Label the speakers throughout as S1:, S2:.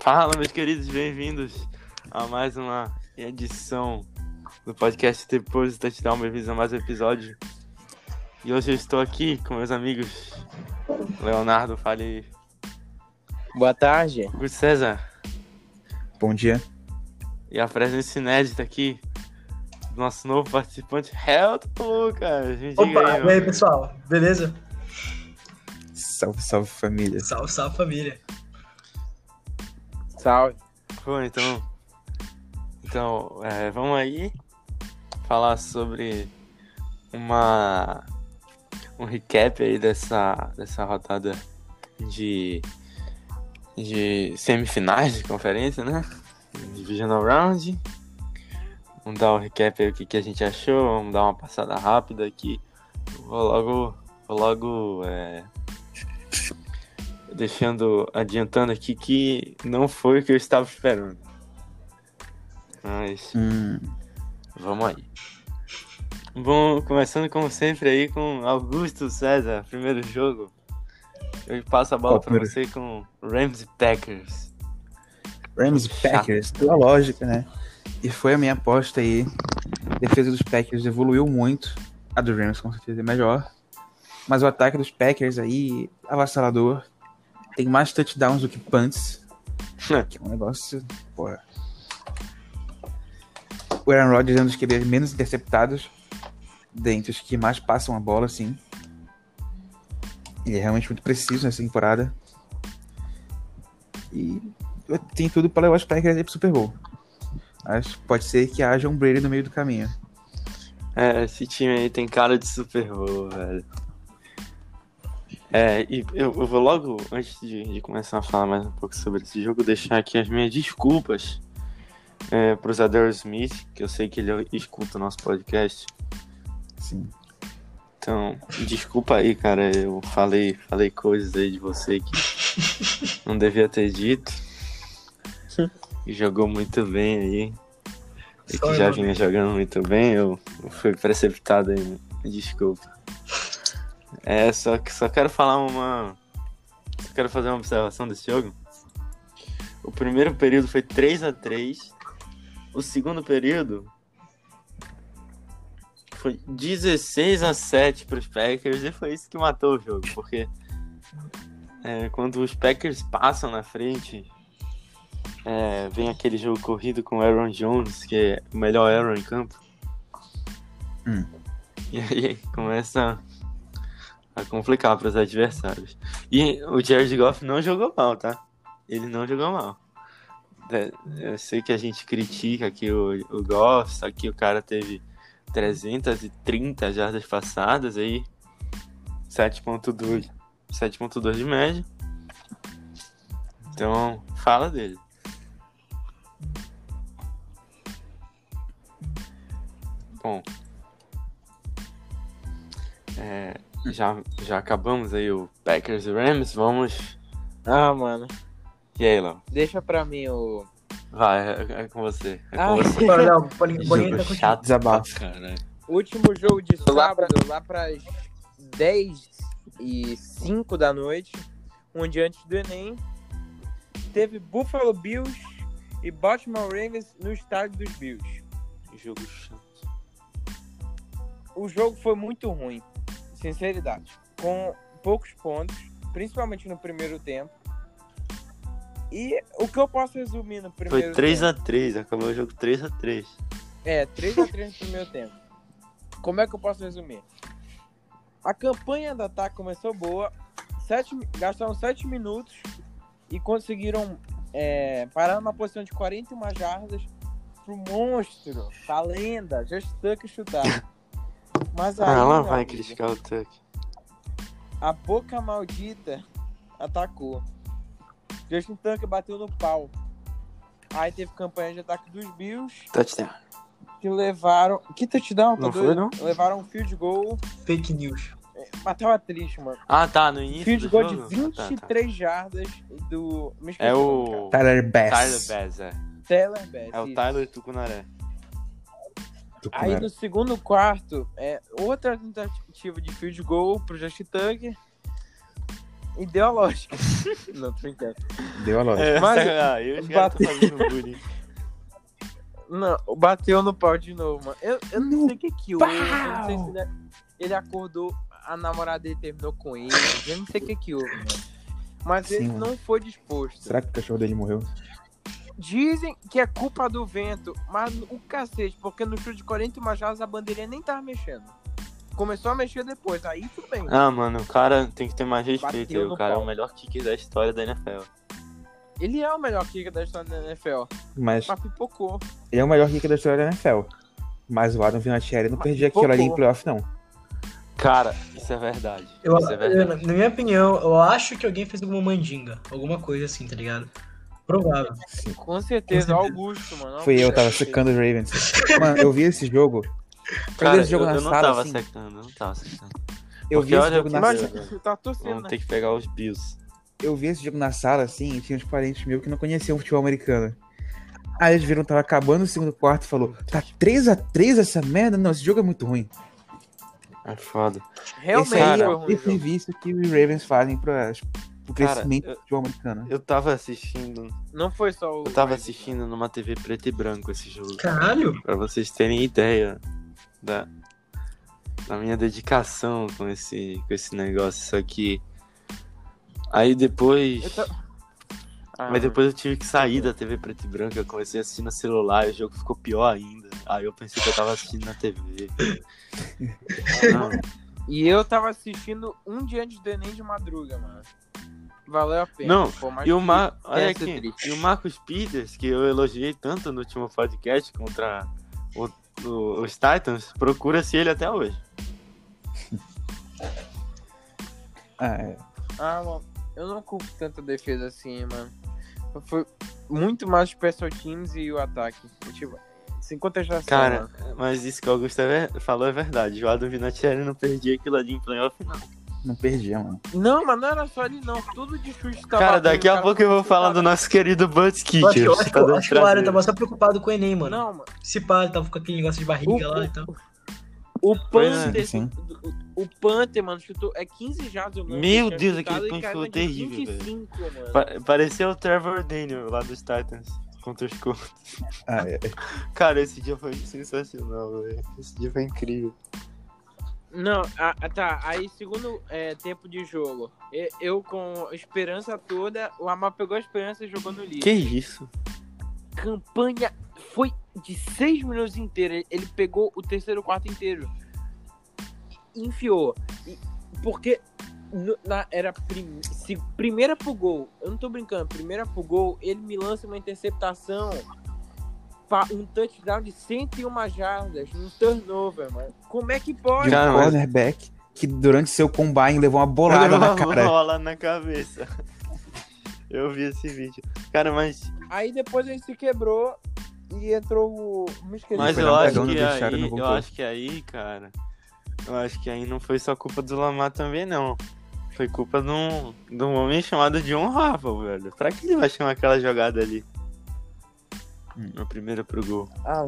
S1: Fala, meus queridos, bem-vindos a mais uma edição do podcast Depois do Touchdown, bem-vindos a mais um episódio. E hoje eu estou aqui com meus amigos Leonardo Fale
S2: Boa tarde.
S1: Augusto César
S3: Bom dia.
S1: e a presença inédita aqui do nosso novo participante, Helton Lucas. Me diga
S4: Opa,
S1: aí,
S4: e aí
S1: meu.
S4: pessoal, beleza?
S3: Salve, salve família.
S4: Salve, salve família.
S2: Salve.
S1: Bom, então. Então, é, vamos aí falar sobre uma. Um recap aí dessa, dessa rodada de. de semifinais de conferência, né? Divisional Round. Vamos dar um recap aí o que, que a gente achou, vamos dar uma passada rápida aqui. Vou logo. Vou logo. é, deixando, adiantando aqui que não foi o que eu estava esperando. Mas
S3: Hum,
S1: vamos aí. Bom, começando como sempre aí com Augusto César, primeiro jogo. Eu passo a bola
S3: Qual
S1: para você com Rams e Packers.
S3: Rams e
S1: Chato.
S3: Packers, pela lógica, né? E foi a minha aposta aí. A defesa dos Packers evoluiu muito. A do Rams com certeza é melhor. Mas o ataque dos Packers aí, avassalador. Tem mais touchdowns do que punts. Que é um negócio. Porra. O Aaron Rodgers é um dos QBs menos interceptados. Dentre os que mais passam a bola, assim. Ele é realmente muito preciso nessa temporada. E tem tudo para levar os Packers aí pro Super Bowl. Mas pode ser que haja um Brady no meio do caminho.
S1: É, esse time aí tem cara de Super Bowl, velho. É, e eu, eu vou logo, antes de, de começar a falar mais um pouco sobre esse jogo, deixar aqui as minhas desculpas é, pro Zadar Smith, que eu sei que ele escuta o nosso podcast.
S3: Sim.
S1: Então, desculpa aí, cara, eu falei, falei coisas aí de você que não devia ter dito. E jogou muito bem aí. E
S4: Só
S1: que já
S4: eu.
S1: vinha jogando muito bem, eu eu fui preceptado aí, né? desculpa. É, só que só quero falar uma. Só quero fazer uma observação desse jogo. O primeiro período foi 3 a 3 O segundo período foi 16 a 7 para os Packers e foi isso que matou o jogo, porque é, quando os Packers passam na frente, é, vem aquele jogo corrido com o Aaron Jones, que é o melhor Aaron em campo.
S3: Hum.
S1: E aí começa a complicar para os adversários. E o Jared Goff não jogou mal, tá? Ele não jogou mal. É, Eu sei que a gente critica aqui o, o Goff, só que o cara teve 330 jardas passadas aí. 7.2. 7.2 de média. Então, fala dele. Bom. É, já, já acabamos aí o Packers e Rams, vamos.
S2: Ah, mano.
S1: E aí, Léo?
S2: Deixa pra mim o.
S1: Vai, é, é com você. É com
S2: Ah,
S1: você.
S4: Bora, Léo, bolinha, bolinha
S1: Jogo
S4: tá contigo.
S1: chato,
S3: Desabafo.
S1: cara.
S2: Último jogo de sábado, lá pras 10 e 5 da noite, um dia antes do Enem, teve Buffalo Bills e Baltimore Ravens no estádio dos Bills.
S1: Jogo chato.
S2: O jogo foi muito ruim, sinceridade. Com poucos pontos, principalmente no primeiro tempo. E o que eu posso resumir no
S1: Foi
S2: primeiro tempo?
S1: né? 3x3, acabou o jogo 3x3.
S2: É, 3x3 no primeiro tempo. Como é que eu posso resumir? A campanha do ataque começou boa, sete, mi- gastaram 7 minutos e conseguiram é, parar numa posição de 41 jardas pro monstro, pra lenda, Just Tuck chutar. Mas aí,
S1: Ah, ela
S2: meu
S1: vai
S2: amigo,
S1: criticar o Tuck.
S2: a boca maldita atacou. Justin Tucker bateu no pau. Aí teve campanha de ataque dos Bills
S1: Touchdown.
S2: que levaram. Que touchdown, tá
S1: Não foi,
S2: doido?
S1: não?
S2: Levaram um field goal.
S4: Fake news.
S2: Mas tava triste, mano.
S1: Ah, tá, no início
S2: Field
S1: do
S2: goal
S1: jogo?
S2: de
S1: Ah, tá, tá.
S2: 23 jardas do. me esqueci
S1: É
S2: nome, cara.
S1: o...
S3: Tyler
S1: Tyler
S3: Bass.
S1: Bass, é.
S2: Taylor Bass.
S1: É o
S2: isso.
S1: Tyler Tucunaré.
S3: Do
S2: Aí
S3: Palmeiras.
S2: no segundo quarto, é outra tentativa de field goal pro Justin Tucker. ideológica. Não, tô brincando.
S3: Deu a lógica.
S1: É,
S2: Mas-
S1: ah, eu os caras tão fazendo um bullying.
S2: Não, bateu no pau de novo, mano. Eu, eu não
S3: No
S2: sei o que que houve. Eu não sei se ele, ele acordou, a namorada dele terminou com ele. Eu não sei o que que houve, mano. Mas
S3: Sim,
S2: ele
S3: mano.
S2: não foi disposto.
S3: Será que o cachorro dele morreu?
S2: Dizem que é culpa do vento, mas o cacete, porque no chute de 40 machados a bandeirinha nem tava mexendo. Começou a mexer depois, aí tudo bem.
S1: Ah, mano, o cara tem que ter mais respeito.
S2: Bateu
S1: aí, O
S2: no
S1: cara é
S2: pau.
S1: o melhor kicker da história da NFL.
S2: Ele é o melhor kicker da história da NFL,
S3: Mas
S1: Ah.
S2: mas pipocou.
S3: ele é o melhor kicker da história da NFL. Mas o Adam Vinatieri não
S2: Mas
S3: perdia aquilo ali em
S2: focou.
S3: playoff, não.
S1: Cara, isso é verdade.
S4: Eu,
S1: isso é
S4: eu-
S1: verdade.
S4: na minha opinião, eu acho que alguém fez alguma mandinga. Alguma coisa assim, tá ligado? Provável.
S2: Com certeza,
S4: Com certeza.
S2: Augusto, mano.
S3: Fui eu,
S2: Augusto,
S3: tava
S2: com certeza.
S3: secando os Ravens. Mano, eu vi esse jogo. Eu vi
S1: Cara,
S3: esse jogo
S1: eu,
S3: na
S1: eu não
S3: sala,
S1: tava
S3: assim.
S1: secando, eu não tava secando.
S3: Eu
S1: Porque
S3: vi esse
S1: olha,
S3: jogo na
S1: mas-
S3: sala.
S2: Imagina, você tá torcendo,
S1: Vamos
S2: né?
S1: ter que pegar os Bills.
S3: eu vi esse jogo na sala, assim, e tinha uns parentes meus que não conheciam o futebol americano. Aí eles viram, que tava acabando o segundo quarto e falou, tá 3x3 essa merda? Não, esse jogo é muito ruim.
S1: É foda.
S2: Realmente
S3: esse aí
S2: foi
S3: é
S2: ruim.
S3: o
S2: o jogo.
S3: serviço que os Ravens fazem pra, pro
S1: Cara,
S3: crescimento
S1: eu-
S3: do futebol americano.
S1: Eu tava assistindo.
S2: Não foi só o.
S1: Eu tava assistindo numa TV preto e branco esse jogo.
S4: Caralho!
S1: Pra vocês terem ideia da, da minha dedicação com esse, com esse negócio. Isso aqui. Aí depois.
S2: Eu ta- Ah,
S1: Mas depois eu tive que sair da TV preto e branco. Eu comecei a assistir no celular e o jogo ficou pior ainda. Aí eu pensei que eu tava assistindo na TV. Não,
S2: E eu tava assistindo um dia antes do Enem de madruga, mano. Valeu a pena.
S1: Não,
S2: pô, mas
S1: E o, Mar...
S2: que-
S1: Olha
S2: essa é
S1: aqui,
S2: triste.
S1: e o Marcos Peters, que eu elogiei tanto no último podcast contra o- o- os Titans, procura-se ele até hoje.
S3: Ah, é.
S2: Ah, mano, eu não culpo tanta defesa assim, mano. Foi muito mais os special teams e o ataque. Tipo, sem contestação.
S1: Cara,
S2: mano.
S1: Mas isso que o Augusto é ver- falou é verdade. O Adam Vinatieri não perdia aquilo ali em playoff, não.
S3: não perdia, mano.
S2: Não, mas não era só ele, não. Tudo de chute tava.
S1: Cara,
S2: batendo,
S1: daqui a
S2: cara.
S1: pouco eu vou falar do nosso querido Butts
S4: Eu acho,
S1: Kicker.
S4: eu acho, que- eu acho que o tá Aaron tava só preocupado com o Enem, mano.
S2: Não, mano.
S4: Se pá, ele tava com aquele negócio de barriga
S2: O-
S4: lá e tal.
S2: O
S1: Pois é.
S2: Panther.
S3: Sim.
S2: O, o Panther, mano, chutou. É 15 jardas. eu lembro,
S1: Meu
S2: tinha
S1: Deus,
S2: chutado
S1: aquele
S2: e
S1: punch
S2: caiu
S1: foi
S2: de
S1: terrível,
S2: 25, mano.
S1: Pareceu o Trevor Daniel lá dos Titans contra os Colts.
S3: Ah, é.
S1: Cara, esse dia foi sensacional, velho. Esse dia foi incrível.
S2: Não, ah, ah, tá. Aí, segundo é, tempo de jogo, e- eu com esperança toda, o Amar pegou a esperança e jogou no lixo.
S1: Que isso?
S2: Campanha foi de seis minutos inteiro. Ele- Ele pegou o terceiro quarto inteiro. Enfiou. E- Porque no- na, era prim, se, primeira pro gol. Eu não tô brincando. Primeira pro gol, ele me lança uma interceptação. pa- Um touchdown de 101 jardas. Um turnover, mano. Como é que pode?
S3: De
S1: Cara,
S3: um
S1: mas-
S3: cornerback que durante seu combine levou uma bolada
S1: Levou
S3: na
S1: uma
S3: cara.
S1: bola na cabeça. Eu vi esse vídeo. Cara, mas
S2: Aí depois ele se quebrou e entrou o. é Me esqueci.
S1: Mas
S3: foi um
S1: eu
S3: na
S1: acho,
S3: pegada,
S1: que
S3: não deixaram, não
S1: aí, eu
S3: voltou.
S1: acho que aí, cara, eu acho que aí não foi só culpa do Lamar também, não. Foi culpa de um, de um homem chamado John Raffle, velho. Pra que ele vai chamar aquela jogada ali?
S3: Hum.
S1: A primeira pro gol.
S2: Ah,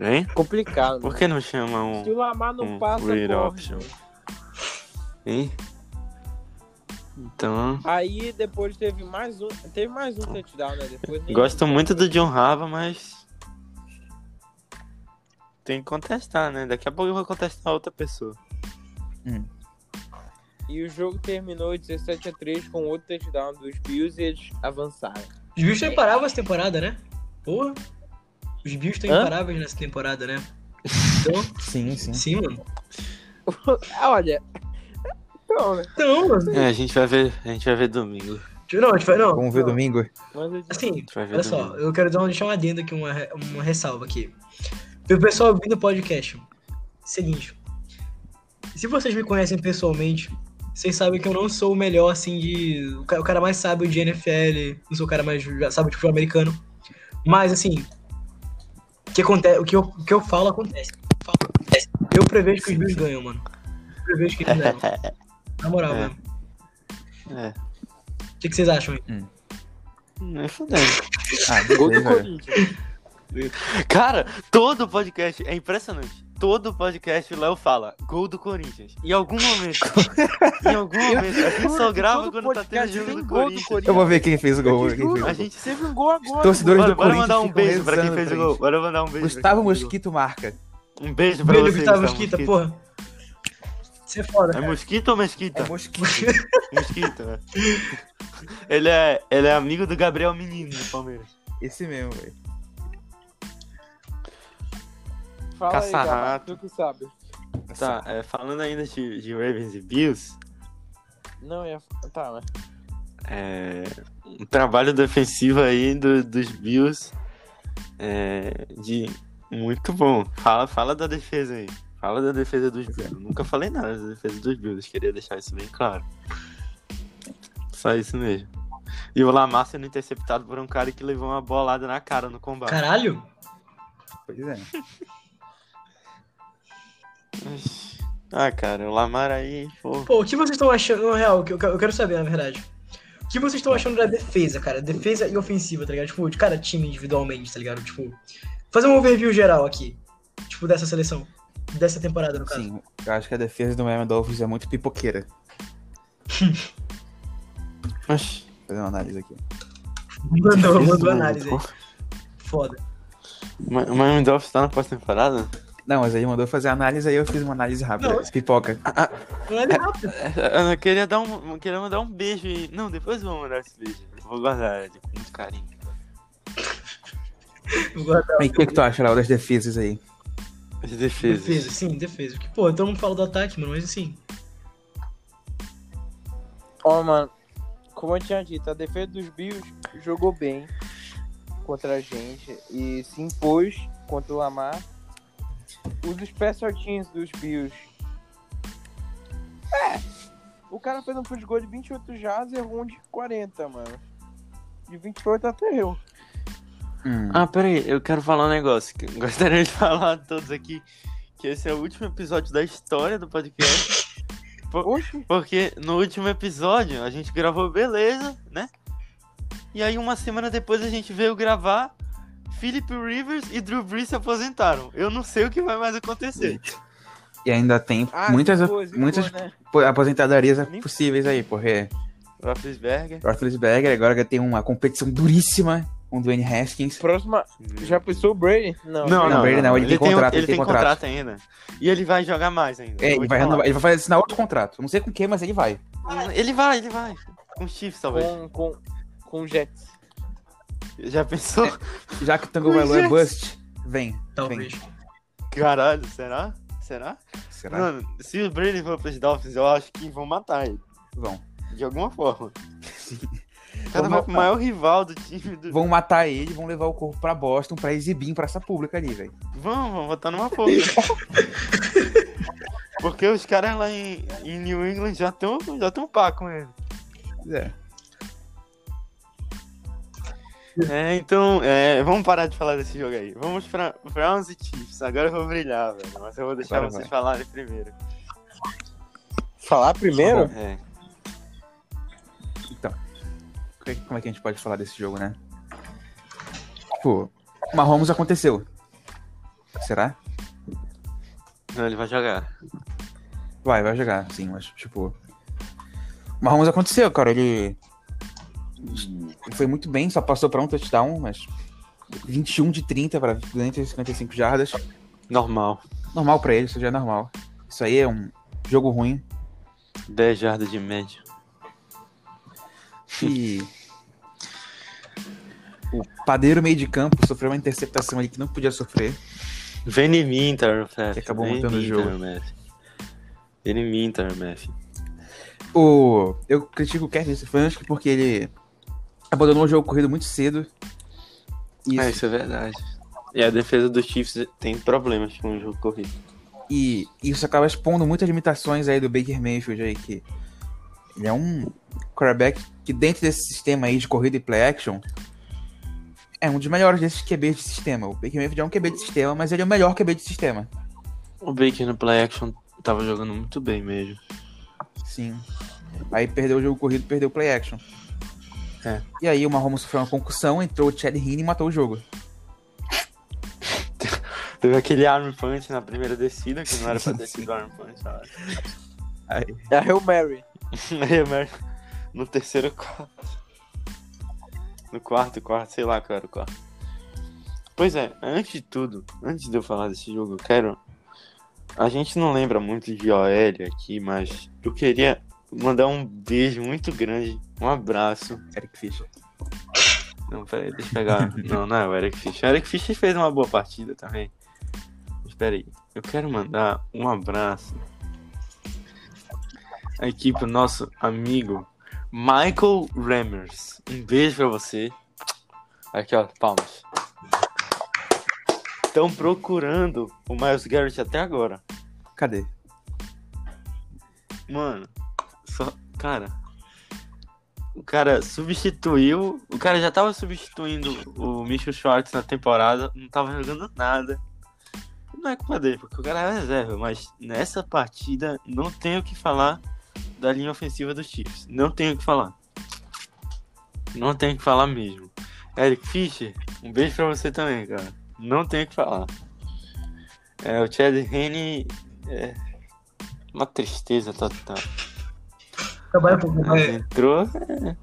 S1: Hein?
S2: complicado.
S1: Por
S2: mano.
S1: que não chama um.
S2: Se o Lamar não
S1: um
S2: passa,
S1: read
S2: corre,
S1: option.
S2: mano.
S1: Hein? Então.
S2: Aí depois teve mais um. Teve mais um touchdown, né? Depois nem-
S1: Gosto muito do John Rafa, mas. Tem que contestar, né? Daqui a pouco eu vou contestar outra pessoa.
S2: E o jogo terminou 17 a 3 com outro touchdown dos Bills e eles avançaram.
S4: Os Bills estão imparáveis essa temporada, né? Porra. Os Bills estão
S2: Hã?
S4: imparáveis nessa temporada, né? Então,
S3: Sim, sim.
S4: sim, mano.
S2: Ah, Olha. Então, né?
S4: Então, mano.
S1: É, a gente vai ver, a gente vai ver domingo.
S4: Não, tipo, não.
S3: Vamos ver
S4: não.
S3: domingo?
S2: Mas eu disse,
S4: Assim,
S1: gente vai ver
S4: Olha só,
S1: domingo.
S4: eu quero dar um, deixar um adendo aqui, uma, re- uma ressalva aqui. Pro pessoal ouvindo o podcast, seguinte. Se vocês me conhecem pessoalmente, vocês sabem que eu não sou o melhor, assim, de. O ca- o cara mais sábio de NFL, não sou o cara mais já sabe de futebol americano. Mas, assim. O que, aconte, o que, eu, o que eu falo acontece. Eu prevejo que os Bills ganham, mano. Eu prevejo que eles ganham. Na moral,
S1: É.
S4: mano.
S1: É.
S4: O que, que vocês acham aí?
S1: Não é fudendo.
S3: Ah,
S2: Gol do
S3: beleza.
S2: Corinthians.
S1: Cara, todo podcast é impressionante. todo podcast o Léo fala gol do Corinthians. Em algum momento. em algum momento. A gente só grava
S2: Todo
S1: quando tá tendo
S2: podcast
S1: jogo
S2: tem um
S1: do
S2: gol do
S1: Corinthians.
S2: Corinthians.
S3: Eu vou ver quem fez o gol.
S2: Eu te
S3: quem fez o
S1: A
S3: gol.
S1: gente sempre.
S2: Teve um gol agora.
S3: Torcedores
S1: Bora,
S3: do
S1: bora
S3: Corinthians.
S1: mandar um
S3: ficam
S1: beijo pra quem
S3: rezando
S1: fez o
S3: pra
S1: gol.
S3: gente.
S1: Bora mandar um beijo.
S3: Gustavo
S1: pra quem fez o gol.
S3: Mosquito marca.
S1: Um beijo pra
S4: Beijo,
S1: você,
S4: Gustavo Mosquita,
S1: Mosquito.
S4: porra. Você é foda.
S1: É mosquito ou mesquita?
S3: É Mosquito.
S1: mosquito, né? ele, é, ele é amigo do Gabriel Menino do Palmeiras.
S3: Esse mesmo, velho.
S2: Fala aí,
S1: Caça-rato.
S2: Gabato, tu que sabe.
S1: Tá, é, falando ainda de, de Ravens e Bills,
S2: Não, ia... Tá, né?
S1: é, um trabalho defensivo aí do- dos Bills é, de muito bom. Fala, fala da defesa aí. Fala da defesa dos Bills. Eu nunca falei nada da defesa dos Bills, queria deixar isso bem claro. Só isso mesmo. E o Lamar sendo interceptado por um cara que levou uma bolada na cara no combate.
S4: Caralho?
S3: Pois é.
S1: Ah, cara, o Lamar aí, pô.
S4: Pô, o que vocês estão achando? Na real, o que eu eu quero saber, na verdade. O que vocês
S3: Tá.
S4: estão achando da defesa, cara? Defesa e ofensiva, tá ligado? Tipo, de cada time individualmente, tá ligado? Tipo, fazer um overview geral aqui. Tipo, dessa seleção. Dessa temporada, no caso.
S3: Sim, eu acho que a defesa do Miami Dolphins é muito pipoqueira.
S1: Mas...
S3: Vou fazer uma análise aqui.
S4: Mandou, mandou análise aí. Foda.
S1: Ma- O Miami Dolphins tá na pós-temporada?
S3: Não, mas aí mandou fazer a análise, aí eu fiz uma análise rápida.
S4: Não.
S3: Pipoca.
S4: Análise rápida.
S1: Eu queria dar um, eu queria mandar um beijo e... Não, depois eu vou mandar esse beijo. Eu Vou guardar ele com muito carinho.
S4: Vou guardar.
S3: E o que, que tu acha, Léo, das defesas aí?
S1: As defesas.
S4: Defesa, sim, defesa. Porque, pô, todo mundo fala do ataque, mano, mas assim.
S2: Ó, mano, como eu tinha dito, a defesa dos Bills jogou bem contra a gente e se impôs contra o Lamar. Os special teams dos Bills. É. O cara fez um field goal de 28 jardas e errou um de 40, mano. De 28 até eu.
S3: Hum.
S1: Ah, peraí, eu quero falar um negócio. que eu gostaria de falar a todos aqui que esse é o último episódio da história do podcast.
S2: Oxi,
S1: Porque no último episódio a gente gravou beleza, né? E aí uma semana depois a gente veio gravar. Philip Rivers e Drew Brees se aposentaram. Eu não sei o que vai mais acontecer.
S3: E ainda tem
S2: Ah,
S3: muitas,
S2: zicou, zicou,
S3: muitas
S2: né?
S3: po- aposentadorias
S1: Nem-
S3: possíveis aí, porque
S1: Roethlisberger.
S3: o Roethlisberger agora tem uma competição duríssima com o Dwayne Haskins.
S2: Próxima. Já pensou o Brady? Não.
S1: Não,
S3: não,
S1: não,
S3: ele não, ele tem
S1: um-
S3: contrato,
S1: ele tem contrato. ainda. E ele vai jogar mais ainda.
S3: É,
S1: eu vou
S3: ele
S1: te
S3: vai,
S1: falar. Ah,
S3: renovar, ele vai fazer- assinar outro contrato. Não sei com quem, mas ele vai.
S1: Ele vai, ele vai. Com o Chiefs, talvez.
S2: Com, com, com o Jets.
S1: Já pensou?
S3: Já que o Tango
S1: Mas,
S3: Valor é
S1: gente.
S3: bust, vem.
S4: Talvez.
S1: Caralho, será? Será?
S3: Vem. Será?
S1: Mano, se o Brady for pros Dolphins, eu acho que vão matar ele.
S3: Vão.
S1: De alguma forma. O cara
S3: Vão
S1: vai
S3: matar.
S1: pro maior rival do time do.
S3: Vão matar ele, vão levar o corpo pra Boston pra exibir em praça pública ali, velho.
S1: Vão, vão botar numa folga. Porque os caras lá em, em New England já estão já tão pá com ele.
S3: Pois É.
S1: É, então, é, vamos parar de falar desse jogo aí. Vamos pra Browns e Chiefs. Agora eu vou brilhar, velho. Mas eu vou deixar
S3: Agora
S1: vocês
S3: vai.
S1: falarem primeiro.
S2: Falar primeiro?
S1: É.
S3: Então, Que- Como é que a gente pode falar desse jogo, né? Tipo, Mahomes aconteceu. Será?
S1: Não, ele vai jogar.
S3: Vai, vai jogar, sim, mas, tipo. O Mahomes aconteceu, cara. Ele. ele foi muito bem, só passou pra um touchdown, mas. 21 de 30 pra 255 jardas.
S1: Normal.
S3: Normal pra ele, isso já é normal. Isso aí é um jogo ruim.
S1: 10 jardas de média.
S3: E. O padeiro meio de campo sofreu uma interceptação ali que não podia sofrer.
S1: Vem em mim, Terry Math.
S3: Que acabou
S1: Vem em
S3: mudando o
S1: mim,
S3: jogo.
S1: Terry Math. Vem em mim, Terry Math.
S3: O... Eu critico o Kevin Stefanski porque ele abandonou o jogo corrido muito cedo. E
S1: Ah, isso é verdade. E a defesa do Chiefs tem problemas com o jogo corrido.
S3: E isso acaba expondo muitas limitações aí do Baker Mayfield aí, que ele é um quarterback que dentro desse sistema aí de corrida e play action é um dos melhores desses QBs de sistema. O Baker Mayfield é um QB de sistema, mas ele é o melhor QB de sistema.
S1: O Baker no play action tava jogando muito bem mesmo.
S3: Sim. Aí perdeu o jogo corrido, perdeu o play action.
S1: É.
S3: E aí o Mahomes sofreu uma concussão, entrou o Chad Heaney e matou o jogo.
S1: Teve aquele arm punch na primeira descida, que não era pra ter sido arm punch. na hora.
S2: É a Hail Mary.
S1: Aí, merda. No terceiro quarto. No quarto, quarto, sei lá qual era o quarto. Pois é, antes de tudo, antes de eu falar desse jogo, eu quero. A gente não lembra muito de OL aqui, mas eu queria mandar um beijo muito grande, um abraço
S3: Eric Fischer.
S1: não, peraí, deixa eu pegar. não, não é o Eric Fischer. O Eric Fischer fez uma boa partida também. Mas peraí, eu quero mandar um abraço aqui pro nosso amigo Michael Remers. Um beijo pra você. Aqui, ó, palmas. Estão procurando o Miles Garrett até agora.
S3: Cadê?
S1: Mano, só. Cara. O cara substituiu. O cara já tava substituindo o Michael Schwartz na temporada. Não tava jogando nada. Não é culpa dele, porque o cara é reserva. Mas nessa partida, não tenho o que falar da linha ofensiva dos Chiefs. Não tenho o que falar. Não tenho o que falar mesmo. Eric Fischer, um beijo pra você também, cara. Não tenho o que falar. É, o Chad Henne é uma tristeza total.
S4: Trabalha um pouco.
S1: Mas
S4: é,
S1: entrou. é.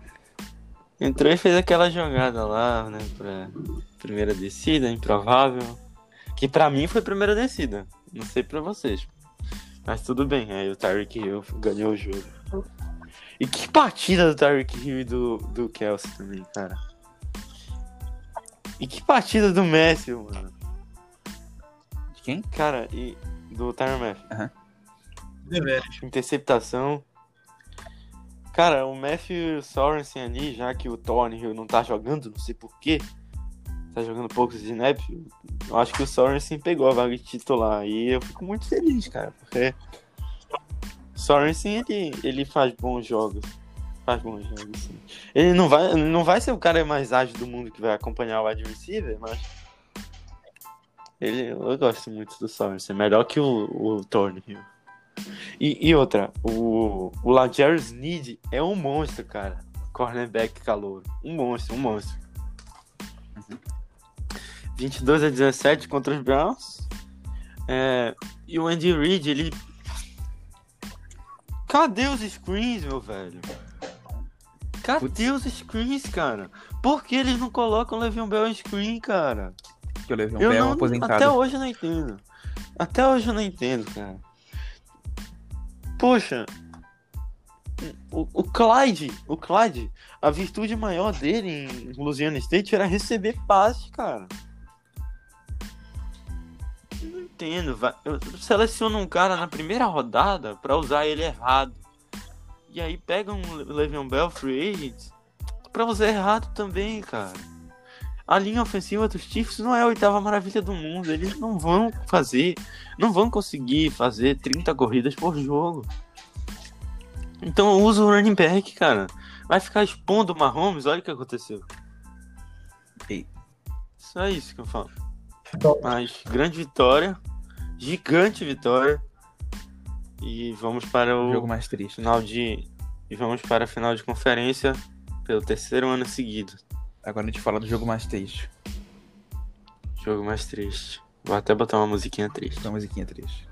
S1: Entrou e fez aquela jogada lá, né? Pra primeira descida, improvável. Que pra mim foi primeira descida. Não sei pra vocês. Mas tudo bem. Aí o Tyreek Hill ganhou o jogo. E que partida do Tyreek Hill e do, do Kelsey também, cara. E que partida do Messi, mano.
S3: De quem?
S1: Cara, e do Tyron Matthew
S4: né, velho?
S1: interceptação. Cara, o Matthew Sorensen ali, já que o Thornhill não tá jogando, não sei porquê, tá jogando poucos snaps, eu acho que o Sorensen pegou a vaga de titular. E eu fico muito feliz, cara, porque o Sorensen, ele, ele faz bons jogos. Faz bons jogos, sim. Ele não vai, ele não vai ser o cara mais ágil do mundo que vai acompanhar o wide receiver, mas... Ele, eu gosto muito do Sorensen, melhor que o, o Thornhill. E, e outra, o, o Lajerry Sneed é um monstro, cara. Cornerback calor. Um monstro, um monstro. 22 a 17 contra os Browns. É, e o Andy Reid, ele. Cadê os screens, meu velho? Cadê os screens, cara? Por que eles não colocam o Le'Veon Bell em screen, cara?
S3: Que eu levei um
S1: Eu
S3: belo
S1: não,
S3: aposentado.
S1: Até hoje eu não entendo. Até hoje eu não entendo, cara. Poxa. O, o Clyde, o Clyde, a virtude maior dele em Louisiana State era receber passe, cara. Eu Não entendo, vai. Eu seleciono um cara na primeira rodada pra usar ele errado. E aí pega um Le- Le'Veon Bell Free Agent pra usar errado também, cara a linha ofensiva dos Chiefs não é a oitava maravilha do mundo. Eles não vão fazer, não vão conseguir fazer 30 corridas por jogo. Então usa o running back, cara. Vai ficar expondo o Mahomes, olha o que aconteceu.
S3: Ei.
S1: Só isso que eu falo. Mas grande vitória, gigante vitória. E vamos para
S3: O
S1: o
S3: jogo mais triste.
S1: final de e vamos para a final de conferência pelo terceiro ano seguido.
S3: Agora a gente fala do jogo mais triste.
S1: Jogo mais triste. Vou até botar uma musiquinha triste.
S3: é Uma musiquinha triste.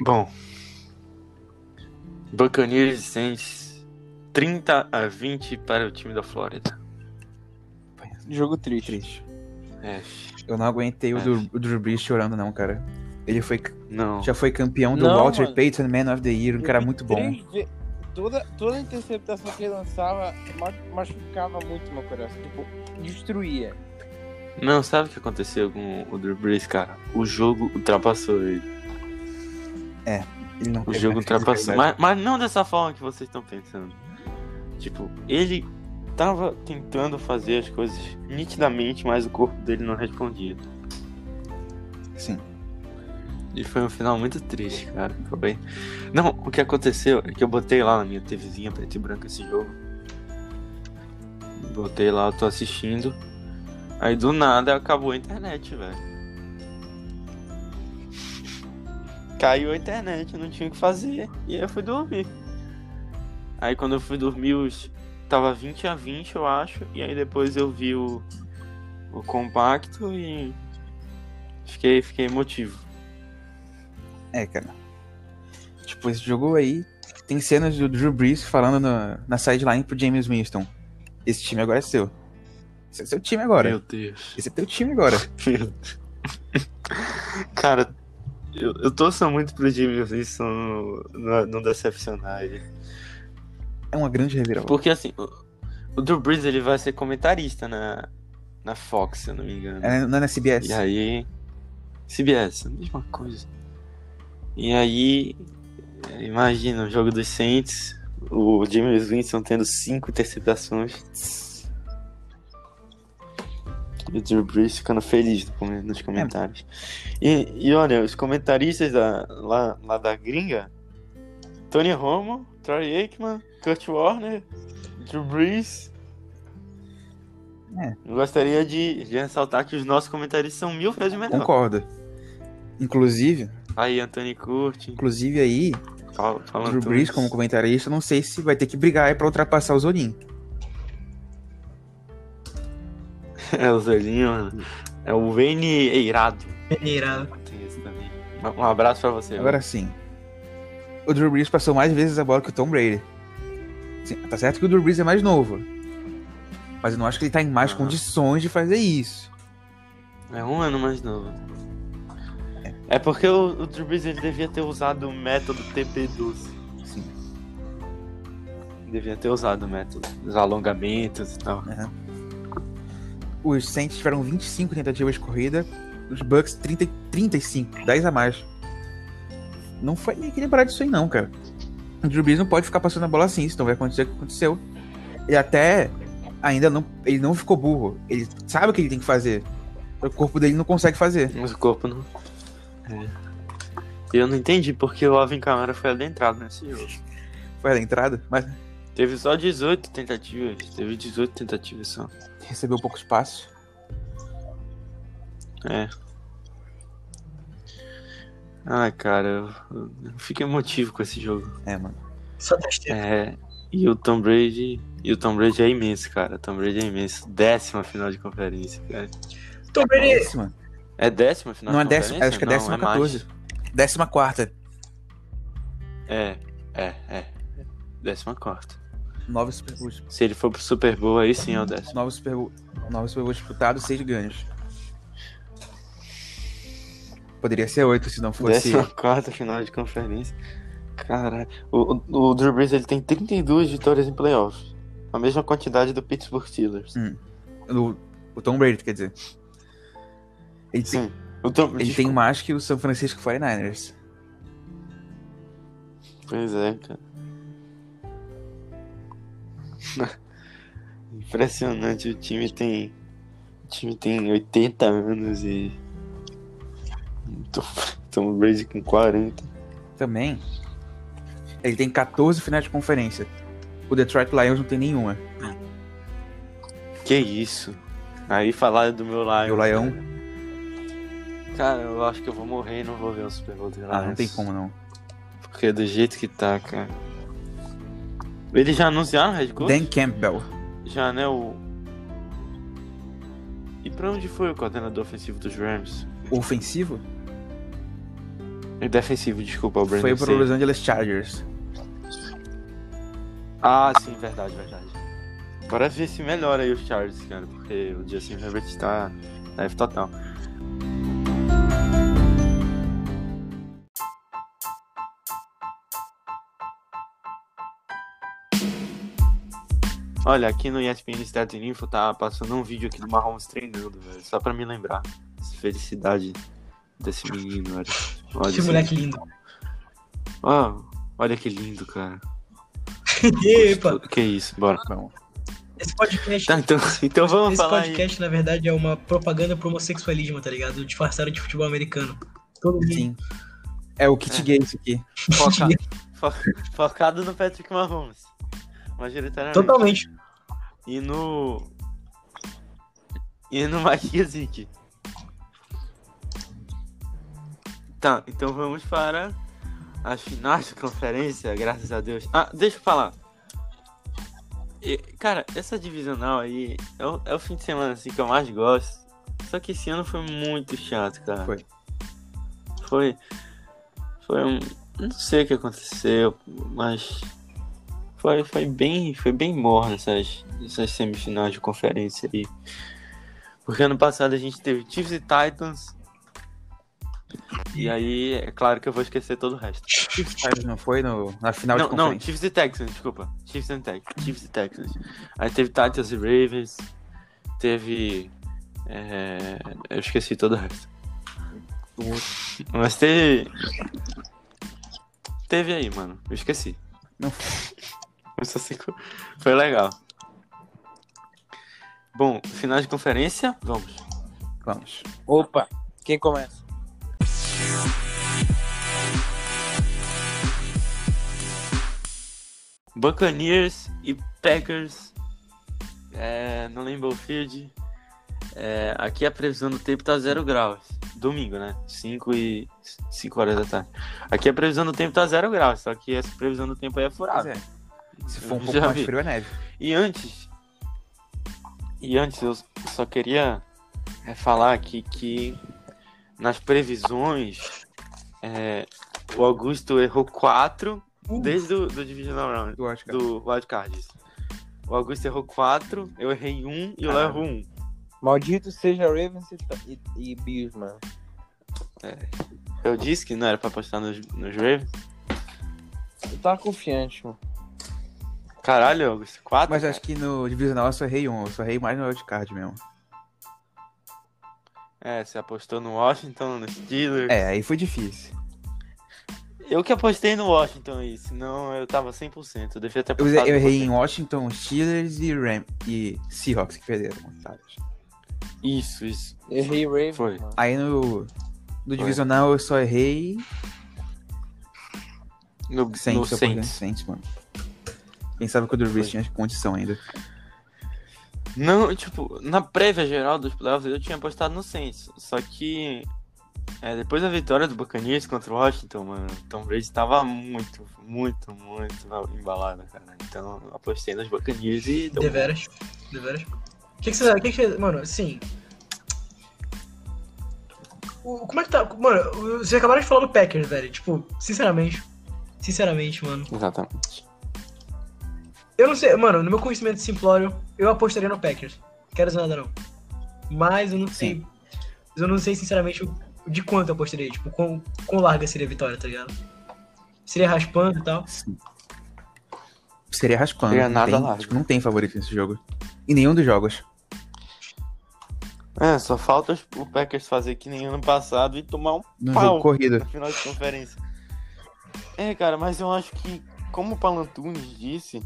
S1: Bom. Buccaneers e Saints 30 a 20 para o time da Flórida.
S2: Jogo triste.
S3: Triste.
S1: É.
S3: Eu não aguentei o,
S1: É.
S3: Drew- o Drew Brees chorando, não, cara. Ele foi,
S1: Não.
S3: já foi campeão do
S2: Não,
S3: Walter
S2: mano.
S3: Payton Man of the Year, um cara muito bom.
S2: Três ve- Toda, toda interceptação que ele lançava ma- machucava muito meu coração. Tipo, destruía.
S1: Não, sabe o que aconteceu com o Drew Brees, cara? O jogo ultrapassou ele.
S3: Ele não
S1: O
S3: teve
S1: jogo
S3: mais
S1: ultrapassou.
S3: credibilidade.
S1: Mas, mas não dessa forma que vocês estão pensando. Tipo, ele tava tentando fazer as coisas nitidamente, mas o corpo dele não respondia.
S3: Sim.
S1: E foi um final muito triste, cara. Foi. Não, o que aconteceu é que eu botei lá na minha TVzinha preto e branco esse jogo. Botei lá, eu tô assistindo. Aí do nada acabou a internet, velho. caiu a internet, eu não tinha o que fazer. E aí eu fui dormir. Aí quando eu fui dormir, os... tava 20 a 20, eu acho. E aí depois eu vi o, o compacto e fiquei, fiquei emotivo.
S3: É, cara. Tipo, esse jogo aí tem cenas do Drew Brees falando na, na sideline pro James Winston. Esse time agora é seu. Esse é seu time agora.
S1: Meu Deus.
S3: Esse é teu time agora.
S1: Cara, eu, eu torço muito pro Jimmy Wilson não- não, não decepcionar ele.
S3: É uma grande reviravolta.
S1: Porque assim, o, o Drew Brees ele vai ser comentarista na, na Fox, se eu não me engano.
S3: É na, na CBS.
S1: Tipo, E aí. CBS, a mesma coisa. E aí. Imagina o jogo dos Saints, o James Winston tendo cinco interceptações. E o Drew Brees ficando feliz no come-
S3: É.
S1: nos comentários. E, e olha, os comentaristas da, lá, lá da gringa: Tony Romo, Troy Aikman, Kurt Warner, Drew Brees.
S3: É.
S1: Eu gostaria de, de ressaltar que os nossos comentaristas são mil vezes melhores.
S3: Concordo. Inclusive,
S1: Aí, Anthony Curti,
S3: inclusive aí,
S1: Paulo,
S3: o
S1: Paulo
S3: Drew
S1: Antunes.
S3: Brees como comentarista, não sei se vai ter que brigar aí pra ultrapassar o Zonin.
S1: É o Zelinho, mano. É o Vene Eirado.
S4: Irado.
S1: Tem esse também. Um abraço pra você.
S3: Agora sim. O Drew Brees passou mais vezes a bola que o Tom Brady. Sim, tá certo que o Drew Brees é mais novo. Mas eu não acho que ele tá em mais
S1: Aham.
S3: condições de fazer isso.
S1: É um ano mais novo. É porque o, o Drew Brees, ele devia ter usado o método TP12.
S3: Sim.
S1: Devia ter usado o método. Os alongamentos e tal.
S3: Os Saints tiveram 25 tentativas de corrida, os Bucks 30, 35, 10 a mais. Não foi equilibrado isso aí não, cara. O Drew Brees não pode ficar passando a bola assim, senão vai acontecer o que aconteceu. Ele até ainda não, ele não ficou burro. Ele sabe o que ele tem que fazer. O corpo dele não consegue fazer.
S1: Mas o corpo não... É. Eu não entendi porque o Alvin Camara foi adentrado nesse jogo.
S3: Foi a entrada, mas
S1: Teve só 18 tentativas. Teve 18 tentativas só.
S3: recebeu pouco espaço.
S1: É. Ah, cara, eu, eu- eu fico emotivo com esse jogo.
S3: É, mano.
S4: Só tristeza.
S1: É, e o Tom Brady. E o Tom Brady é imenso, cara. O Tom Brady é imenso. Décima final de conferência, cara.
S4: Tom Brady,
S3: Décima.
S1: É décima final
S3: Não é
S1: de
S3: décima,
S1: conferência?
S3: acho que é décima
S1: Não, mais.
S3: 14. Décima quarta.
S1: É, é, é. Décima quarta.
S3: Nove Super Bowls.
S1: Se ele for pro Super Bowl, aí sim é o décimo.
S3: Nove Super Bowl, nove Super Bowls disputados, seis ganhos. Poderia ser oito se não fosse.
S1: Décima quarta final de conferência. Cara, o, o, o Drew Brees ele tem 32 vitórias em playoffs. A mesma quantidade do Pittsburgh Steelers.
S3: O, o Tom Brady, quer dizer. Ele tem,
S1: Sim. O Tom,
S3: ele tem mais que o San Francisco 49ers.
S1: Pois é, cara. Impressionante, o time tem. O time tem 80 anos e. Tom- Tom Brady com 40.
S3: Também. Ele tem 14 finais de conferência. O Detroit Lions não tem nenhuma.
S1: Que isso? Aí falar do meu Lion.
S3: Meu Lion.
S1: Cara. Cara, eu acho que eu vou morrer e não vou ver o Super Bowl do
S3: Ah, não
S1: Lions.
S3: tem como não.
S1: Porque do jeito que tá, cara. Eles já anunciaram o Red Coach?
S3: Dan Campbell.
S1: Já, né? O... E pra onde foi o coordenador ofensivo dos Rams?
S3: Ofensivo?
S1: E defensivo, desculpa, o Brandon
S3: Foi pro
S1: Sayer.
S3: Los Angeles Chargers.
S1: Ah, sim, verdade, verdade. Agora ver se melhora aí os Chargers, cara, porque o Justin Herbert tá na F total. Olha, aqui no ESPN Stats and Info tá passando um vídeo aqui do Mahomes treinando, velho, só pra me lembrar. Essa felicidade desse menino, velho. Olha,
S4: que
S1: esse-
S4: moleque lindo.
S1: Ó, olha que lindo, cara.
S4: né, Epa,
S1: Que isso, bora.
S3: Bom,
S4: esse podcast,
S1: Tá, então, então vamos
S4: esse
S1: falar aí.
S4: podcast na verdade, é uma propaganda pro homossexualismo, tá ligado? Disfarçaram de futebol americano. Todo mundo.
S3: sim. É o Kit Gay isso aqui.
S4: é
S1: Foca- fo- focado no Patrick Mahomes. Majoritariamente.
S4: Totalmente.
S1: E no. E no Mike Zick. Tá, então vamos para as finais de conferência, graças a Deus. Ah, deixa eu falar. E, cara, essa divisional aí é o, é o fim de semana assim, que eu mais gosto. Só que esse ano foi muito chato, cara.
S3: Foi.
S1: Foi. Foi um. Não sei o que aconteceu, mas. Foi, foi bem. Foi bem morno essas, essas semifinais de conferência aí. Porque ano passado a gente teve Chiefs e Titans. E aí, é claro que eu vou esquecer todo o resto.
S3: Chiefs Tigers não foi no, na final de
S1: Não, não,
S3: conferência.
S1: Chiefs e Texans, desculpa. Chiefs and Texans. Chiefs e Texans. Aí teve Titans e Ravens. Teve. é, Eu esqueci todo o resto. Mas teve. Teve aí, mano. Eu esqueci.
S3: Não.
S1: Eu só sei que Foi legal. Bom, final de conferência, vamos.
S3: Vamos.
S2: Opa, quem começa?
S1: Buccaneers e Packers é, no Lambeau Field. É, aqui a previsão do tempo tá 0 graus. Domingo, né? 5 e 5 horas da tarde. Aqui a previsão do tempo tá 0 graus, só que essa previsão do tempo aí é
S3: Pois
S1: furada.
S3: é. Se for um
S1: Já
S3: pouco mais
S1: vi.
S3: frio, é neve.
S1: E antes. E antes eu só queria é, falar aqui que nas previsões é, o Augusto errou 4
S4: Uh.
S1: desde o do Divisional Round
S3: Eu acho que é.
S1: do Wildcard. O Augusto errou 4, eu errei 1 e o Léo errou 1.
S2: Maldito seja Ravens e, e, e Bills, mano.
S1: Eu disse que não era pra apostar nos, nos Ravens.
S2: Eu tava confiante, mano.
S1: Caralho, Augusto, 4?
S3: Mas acho que no divisional eu só errei um. Eu só errei mais no wildcard mesmo.
S1: É, você apostou no Washington, no Steelers.
S3: É, aí foi difícil.
S1: Eu que apostei no Washington aí, senão eu tava 100%. Eu devia ter
S3: Eu,
S1: apostado
S3: eu
S1: no
S3: errei em
S1: Washington.
S3: Washington, Steelers e Ram e Seahawks que perderam. tá, coitados.
S1: Isso, isso.
S2: Errei Ravens,
S1: Foi.
S2: mano.
S3: Aí no, no divisional eu só errei
S1: No
S3: Saints,
S1: no
S3: eu acordei no
S1: Saints.
S3: Saints, mano. Pensava que o Drew Brees
S1: Foi.
S3: tinha condição ainda.
S1: Não, tipo, na prévia geral dos playoffs eu tinha apostado no Saints. Só que é, depois da vitória do Buccaneers contra o Washington, mano, o Tom Brady tava muito, muito, muito embalado, cara. Então eu apostei nos Buccaneers e deu bom.
S4: Deveras. Deveras. O que, que vocês acham? Que que vocês- Mano, assim. O, como é que tá. Mano, o- vocês acabaram de falar do Packers, velho. Tipo, sinceramente. Sinceramente, mano.
S1: Exatamente.
S4: Eu não sei, mano, no meu conhecimento simplório, eu apostaria no Packers. Quero dizer nada, não. Mas eu não sei. Mas eu não sei, sinceramente, o- de quanto eu apostaria. Tipo, quão, quão larga seria a vitória, tá ligado? Seria raspando e tal.
S3: Seria raspando.
S1: Seria
S3: não
S1: nada
S3: tem-
S1: largo.
S3: tipo, não tem favorito nesse jogo. Em nenhum dos jogos.
S1: É, só falta os- o Packers fazer que nem ano passado e tomar um
S3: No
S1: Pau.
S3: jogo corrido.
S1: na final de conferência. É, cara, mas eu acho que, como o Palantunes disse,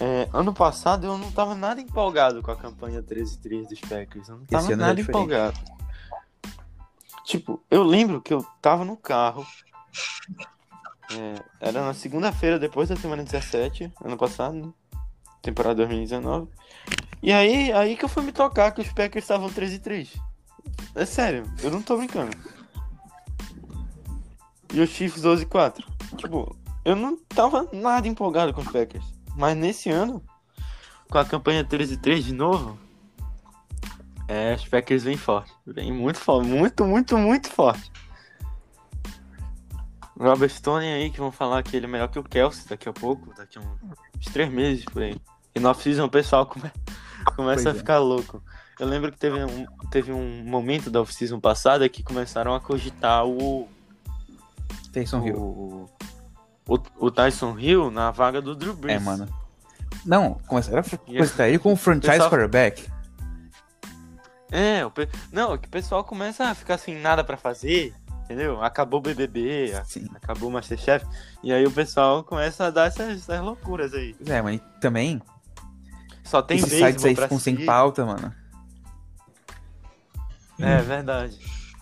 S1: é, ano passado eu não tava nada empolgado com a campanha 13-3 dos Packers. Eu não tava
S3: Esse ano é
S1: nada
S3: diferente.
S1: empolgado. Tipo, eu lembro que eu tava no carro. é, era na segunda-feira, depois da semana 17, ano passado, né? Temporada 2019. E aí, aí que eu fui me tocar que os Packers estavam 13-3. É sério, eu não tô brincando. E os Chiefs 12 e 4. Tipo, eu não tava nada empolgado com os Packers. Mas nesse ano, com a campanha 13 e 3 de novo, é, os Packers vêm forte. Vêm muito forte. Muito, muito, muito forte. Robert Stone aí, que vão falar que ele é melhor que o Kelsey daqui a pouco, daqui a um- uns três meses por aí. E no off-season o pessoal come- começa
S3: Pois
S1: a
S3: é.
S1: ficar louco. Eu lembro que teve um, teve um momento da off-season passada que começaram a cogitar o,
S3: Taysom Hill.
S1: o, o, o Tyson Hill na vaga do Drew Brees.
S3: É, mano. Não, começaram a f-
S1: E-
S3: cogitar ele com o franchise
S1: Pessoal-
S3: quarterback.
S1: É, o pe- não, é que o pessoal começa a ficar sem nada pra fazer, entendeu? Acabou o BBB, a-
S3: Sim.
S1: acabou o Masterchef, e aí o pessoal começa a dar essas, essas loucuras aí.
S3: Pois é, mano. E também,
S1: Só tem
S3: esses
S1: beisebol
S3: sites aí
S1: pra
S3: ficam sem
S1: seguir.
S3: pauta, mano.
S1: É verdade.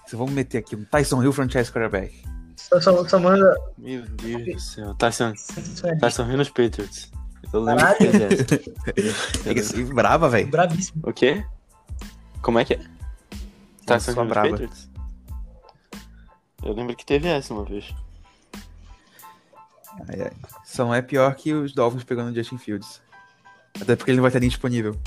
S3: Vocês vão meter aqui um Tyson Hill franchise quarterback.
S4: Só, só, só manda.
S1: Meu Deus do céu. Tyson,
S3: Tá.
S1: Tyson Hill nos Patriots. Eu lembro
S4: Caralho.
S1: que é dessa. É
S3: Fica assim, brava, velho.
S4: Bravíssimo.
S1: O quê? Como é que é? Tyson
S3: só
S1: Hill nos
S3: braba.
S1: Patriots? Eu lembro que teve essa uma vez.
S3: Só é pior que os Dolphins pegando o Justin Fields. Até porque ele não vai estar nem disponível.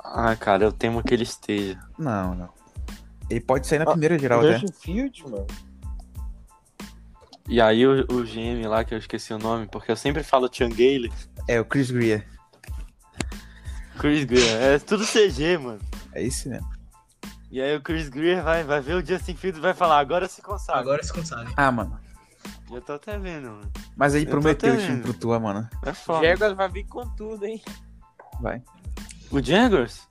S1: Ah, cara, eu temo que ele esteja.
S3: Não, não. Ele pode sair na
S2: Ah,
S3: primeira geral até.
S2: Justin Field, mano.
S1: E aí o, o GM lá, que eu esqueci o nome, porque eu sempre falo Changale.
S3: É, o Chris Greer.
S1: Chris Greer, é tudo CG, mano.
S3: É isso mesmo.
S1: E aí o Chris Greer vai, vai ver o Justin Fields e vai falar, agora se consagra.
S4: Agora se consegue.
S3: Ah, mano.
S1: Já tô até vendo, mano.
S3: Mas aí
S1: Eu tô
S3: prometeu o
S1: até
S3: time
S1: vendo.
S3: pro Tua, mano.
S1: É foda.
S2: Jaguars vai vir com tudo, hein?
S3: Vai.
S1: O Jaguars?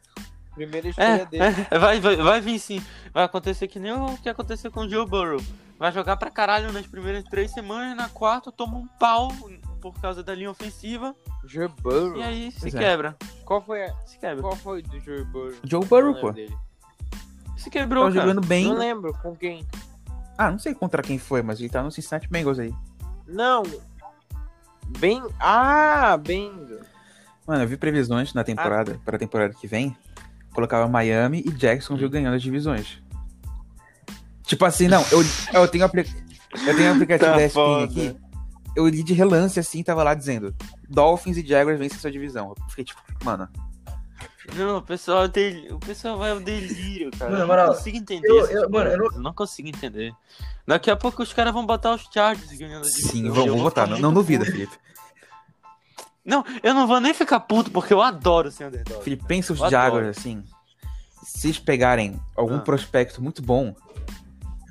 S2: Primeira
S1: É,
S2: escolha dele.
S1: é, vai, vai, vai vir sim. Vai acontecer que nem o que aconteceu com o Joe Burrow. Vai jogar pra caralho nas primeiras três semanas, na quarta toma um pau por causa da linha ofensiva
S2: Joe
S1: e
S2: Burrow.
S1: aí se
S3: Pois é.
S1: quebra.
S2: Qual foi, a-
S1: Se quebra.
S2: qual foi do Joe Burrow?
S3: Joe
S2: Não
S3: Burrow,
S2: lembro
S3: pô.
S2: dele.
S1: Se quebrou,
S3: Tava
S1: cara.
S3: tá jogando bem.
S2: Não lembro com quem.
S3: Ah, não sei contra quem foi, mas ele tá no Cincinnati Bengals aí.
S2: Não. Bem. Ah, bem.
S3: Mano, eu vi previsões na
S1: Ah,
S3: temporada,
S1: tá.
S3: para a temporada que vem, colocava Miami e Jacksonville
S1: Hum.
S3: ganhando as divisões. Tipo assim, não, eu, eu tenho apli- eu tenho um aplicativo
S1: Tá
S3: da ESPN
S1: foda.
S3: aqui, eu li de relance assim, tava lá dizendo, Dolphins e Jaguars vencem sua divisão. Eu fiquei tipo, mano,
S1: Não, o pessoal, del... o pessoal vai ao delírio, cara.
S4: Mano,
S1: eu
S4: moral,
S1: não consigo entender
S4: eu-
S1: isso.
S4: eu- mano, eu não-
S1: consigo entender. Daqui a pouco os caras vão botar os Chargers ganhando a divisão.
S3: sim,
S1: Eu
S3: vamos
S1: vou
S3: votar,
S1: ficar
S3: não,
S1: muito
S3: não duvida,
S1: puto.
S3: Felipe.
S1: Não, eu não vou nem ficar puto, porque eu adoro ser underdog.
S3: Felipe, pensa os
S1: Eu adoro.
S3: Jaguars assim, se eles pegarem algum
S1: Ah.
S3: prospecto muito bom,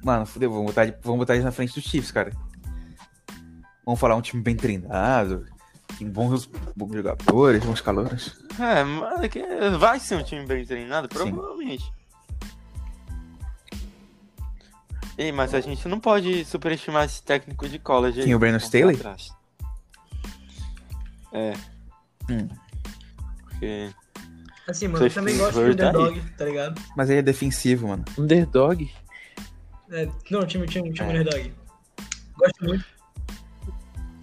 S3: mano, fudeu, vamos botar, ele- vamos botar eles na frente dos Chiefs, cara. Vamos falar um time bem treinado, tem bons, bons jogadores, bons calores.
S1: É, mano, que... vai ser um time bem treinado, provavelmente. Ei, mas a gente não pode superestimar esse técnico de college aí.
S3: Quem, o Brandon
S1: que tá
S3: Staley?
S1: atrás. É.
S3: Hum.
S1: Porque...
S4: Assim, mano, eu também gosto de
S1: Verdade.
S4: underdog, tá ligado?
S3: Mas ele é defensivo, mano.
S2: Underdog?
S4: É, não, time, time, time
S3: É.
S4: underdog. Gosto muito.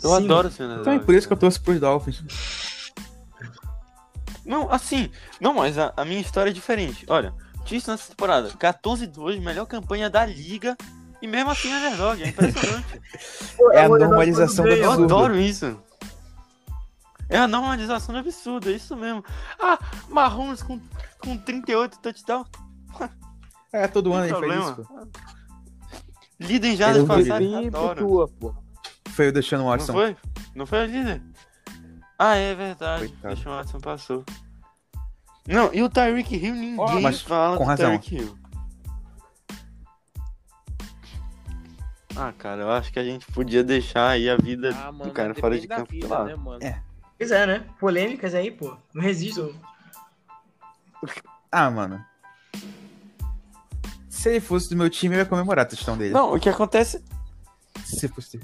S1: Eu
S4: Sim,
S1: adoro ser underdog.
S3: Então é por isso que eu torço pros Dolphins.
S1: Não, assim, não, mas a, a minha história é diferente. Olha, Chiefs nessa temporada, 14-2, melhor campanha da liga, e mesmo assim é underdog, é impressionante.
S4: Pô,
S3: É a
S4: eu- eu gosto
S3: normalização
S4: quando
S3: do
S1: Eu
S4: ganha.
S3: Absurdo.
S1: adoro isso. É a normalização do absurdo, é isso mesmo. Ah, Mahomes com, com 38 touchdowns,
S3: É, todo ano
S1: não tem
S3: ele faz
S1: problema.
S3: isso.
S1: Líder em
S3: Ele
S1: jardas
S3: é um
S1: passadas,
S2: Felipe
S1: adoro.
S2: tua, pô.
S3: pô. Foi o Deshaun
S1: Não
S3: Watson.
S1: foi? Não foi o líder? Ah, é verdade.
S3: Coitado.
S1: Deixa o Watson passou. Não, e o Tyreek Hill ninguém
S3: Ó, mas
S1: fala
S3: com
S1: do
S3: razão.
S1: Tyreek Hill. Ah, cara, eu acho que a gente podia deixar aí a vida
S2: Ah, mano,
S1: do cara
S2: mas
S1: fora
S2: depende
S1: de
S2: da
S1: campo
S2: vida,
S1: pelado.
S2: né, mano?
S3: É.
S4: Pois é, né? Polêmicas aí, pô. Não resisto.
S3: Ah, mano. Se ele fosse do meu time, eu ia comemorar a touchdown dele.
S1: Não, o que acontece.
S3: Se fosse.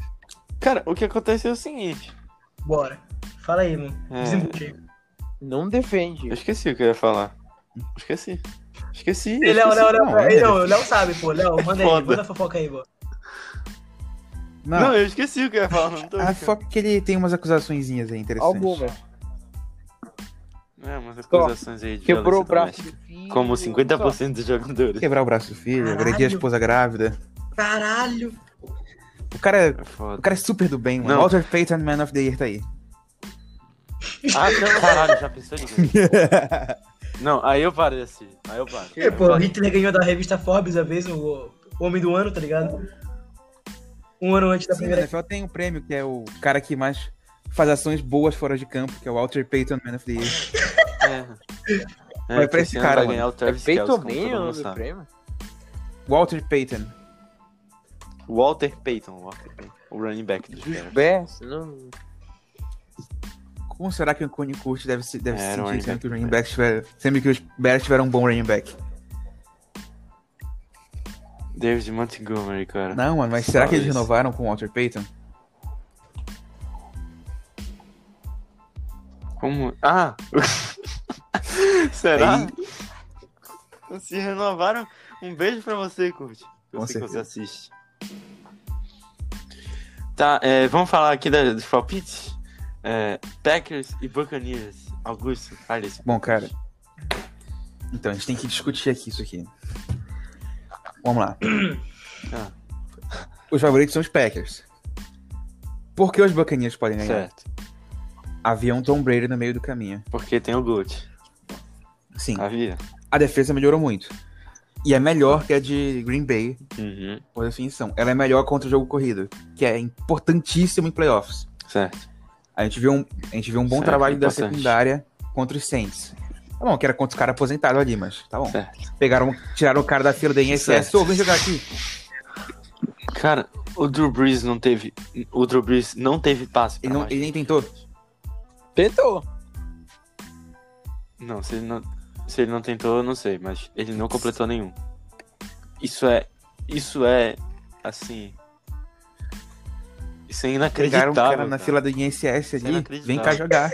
S1: Cara, o que acontece é o seguinte.
S4: Bora. Fala aí, mano.
S1: É.
S4: Desembucha aí.
S2: Não defende.
S1: Eu esqueci o que eu ia falar. Esqueci. Esqueci.
S4: Ei, Léo,
S1: esqueci.
S4: Léo, Léo,
S3: não, é.
S4: Ei, não, o Léo sabe, pô. Léo, manda aí,
S1: É Foda.
S4: manda a fofoca aí, pô.
S3: Não,
S1: Não, Ah, eu esqueci o que eu ia falar. Não tô
S3: a
S1: brincando.
S3: foca ah, que ele tem umas acusaçõezinhas aí interessantes.
S2: Alguma.
S1: É, umas acusações aí de
S2: Quebrou o
S1: violência
S2: braço
S1: doméstica.
S2: do filho.
S1: Como 50% dos jogadores.
S3: Quebrar o braço do filho,
S4: Caralho.
S3: agredir a esposa grávida.
S4: Caralho.
S3: O cara,
S1: É foda.
S3: o cara é super do bem, mano.
S1: Não.
S3: Walter Payton, Man of the Year, tá aí.
S1: Ah, não, caralho, já pensou nisso? Não, aí eu parei assim. Aí eu paro.
S4: É,
S1: Aí
S4: pô,
S1: eu
S4: o
S1: paro.
S4: Hitler ganhou da revista Forbes a vez, o, o Homem do Ano, tá ligado? Um ano antes da
S3: Sim, na
S4: primeira.
S3: NFL tem um prêmio que é o cara que mais faz ações boas fora de campo, que é o Walter Payton, Man of the Year.
S1: É.
S3: Vai pra esse cara,
S1: vai
S3: mano.
S1: ganhar o
S2: É
S1: Travis Kelce,
S2: feito
S1: como
S2: bem
S1: todo
S2: o
S1: mundo
S2: nome do
S1: sabe. É
S2: prêmio?
S3: Walter Payton.
S1: Walter Payton, Walter Payton, o running back dos
S2: Dos
S1: Bears.
S2: Bears, não...
S3: Como será que o Cone Curtis deve se, deve se
S1: É, era um
S3: sentir
S1: running
S3: sempre que, o
S1: back.
S3: running back tiver, sempre que os Bears tiveram um bom running back?
S1: David Montgomery, cara.
S3: Não, mano, mas será que eles
S1: É. Talvez.
S3: renovaram com o Walter Payton?
S1: Como? Ah! Será?
S3: Aí-
S1: Se renovaram, um beijo pra você, Kurt. Eu
S3: Com
S1: sei que
S3: certeza.
S1: você assiste. Tá, é, vamos falar aqui da- dos palpites? É, Packers e Buccaneers. Augusto, fale esse
S3: Bom, cara, Então, a gente tem que discutir aqui isso aqui. Vamos lá.
S1: Ah.
S3: Os favoritos são os Packers. Por que os Buccaneers podem ganhar?
S1: Certo.
S3: Havia um Tom Brady no meio do caminho.
S1: Porque tem o Gut.
S3: Sim.
S1: Havia.
S3: A defesa melhorou muito. E é melhor que a de Green Bay,
S1: Uhum.
S3: por definição. Ela é melhor contra o jogo corrido, que é importantíssimo em playoffs.
S1: Certo.
S3: A gente viu um, a gente viu um bom
S1: Certo,
S3: trabalho da
S1: é importante.
S3: secundária contra os Saints. Tá bom, que era contra os caras aposentados ali, mas tá bom.
S1: Certo.
S3: Pegaram, tiraram o cara da fila da INSS.
S1: Certo.
S3: Ô, vem jogar aqui.
S1: Cara, o Drew Brees não teve. O Drew Brees não teve passe. pra
S3: Ele, não,
S1: mais-
S3: ele nem tentou.
S2: Tentou.
S1: Não, se ele não, se ele não tentou, eu não sei, mas ele não completou nenhum. Isso é. Isso é. Assim. Isso é inacreditável.
S3: Pegaram o um cara na
S1: cara.
S3: fila do INSS
S1: Isso é
S3: ali. né? Vem cá
S1: inacreditável.
S3: jogar.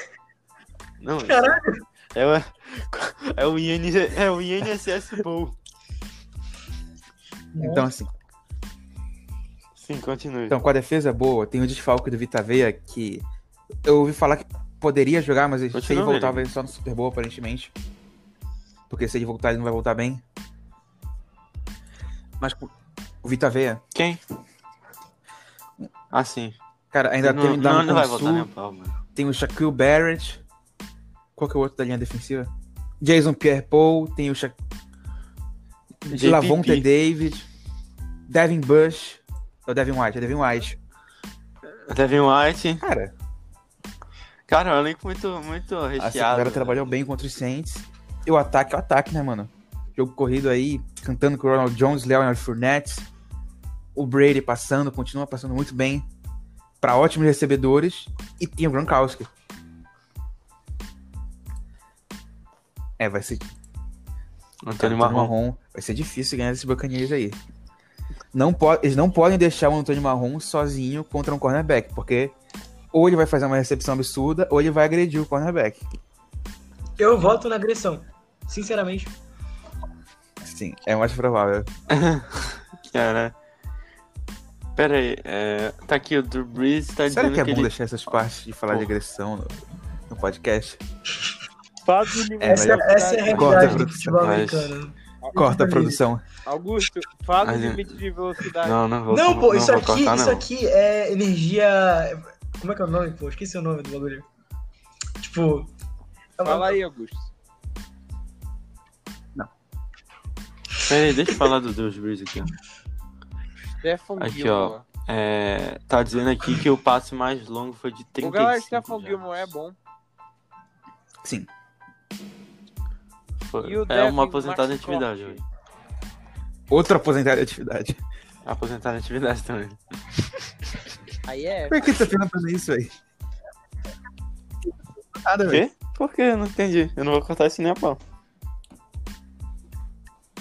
S1: Não, isso-
S4: Caralho,
S1: é, o- é, o IN, é o INSS Bowl.
S3: Então, assim.
S1: Sim, continue.
S3: Então, com a defesa boa, tem o desfalque do Vitaveia, que eu ouvi falar que poderia jogar, mas ele- se ele
S1: Continua,
S3: voltar,
S1: Merigo.
S3: vai só no Super Bowl, aparentemente. Porque se ele voltar, ele não vai voltar bem. Mas pô, o Vitaveia,
S1: Quem? Ah, sim.
S3: cara, ainda
S1: não,
S3: tem o
S1: não,
S3: Ndamukong
S1: não vai
S3: Suh,
S1: voltar né? nem a pau, mano.
S3: tem o Shaquille Barrett. Qual que é o outro da linha defensiva? Jason Pierre-Paul, tem o Sha...
S1: JPP.
S3: Lavonte David, Devin Bush, ou Devin White, é Devin White.
S1: Devin White.
S3: Cara,
S1: Cara, é um elenco muito, muito
S3: A
S1: recheado. né?
S3: secundária Ah, trabalhou bem contra os Saints. E o ataque é o ataque, né, mano? Jogo corrido aí, cantando com o Ronald Jones, Leonard Fournette. O Brady passando, continua passando muito bem. Pra ótimos recebedores. E tem o Gronkowski. É, vai ser
S1: Antônio
S3: Antônio
S1: Marrom.
S3: Marrom. Tá, Vai ser difícil ganhar desses Buccaneers aí. Não po- eles não podem deixar o Antônio Marrom sozinho contra um cornerback, porque ou ele vai fazer uma recepção absurda, ou ele vai agredir o cornerback.
S4: eu voto na agressão. Sinceramente.
S3: Sim, é mais provável.
S1: Tá Cara. Pera aí. é, Tá aqui o Drew Brees. Tá
S3: Será
S1: dizendo
S3: que é bom
S1: ele...
S3: deixar essas partes de falar de
S1: Porra.
S3: agressão no, no podcast?
S2: Faz o nível
S3: É,
S4: essa,
S3: mas-
S4: essa é a
S3: Corta,
S4: realidade do
S3: produção,
S4: futebol
S1: mas-
S4: americano. né?
S3: Corta
S1: Uhum.
S3: a produção.
S2: Augusto, faz o
S1: Mas- é-
S2: limite de velocidade.
S1: Não, não vou
S4: Não, pô, isso
S1: vou
S4: aqui,
S1: cortar,
S4: isso
S1: não.
S4: aqui é energia. Como é que é o nome, pô? Esqueci o nome do bagulho. Tipo. é uma-
S2: Fala aí, Augusto.
S1: Pera aí, deixa eu falar do Drew Brees aqui, ó.
S2: Stefan
S1: Aqui,
S2: Gilmore.
S1: É, tá dizendo aqui que o passe mais longo foi de 35
S2: O galera Stefan
S1: já.
S2: Gilmore é bom.
S3: Sim.
S1: Foi-
S2: E o
S1: é uma
S2: Devin
S1: aposentada em
S2: McCourty.
S1: atividade. hoje.
S3: Outra aposentada de atividade.
S1: É Aposentada em atividade também.
S2: Aí é.
S3: Por que você tá perguntando isso aí? Nada, velho.
S1: Por quê? Eu não entendi. Eu não vou cortar isso nem a pau.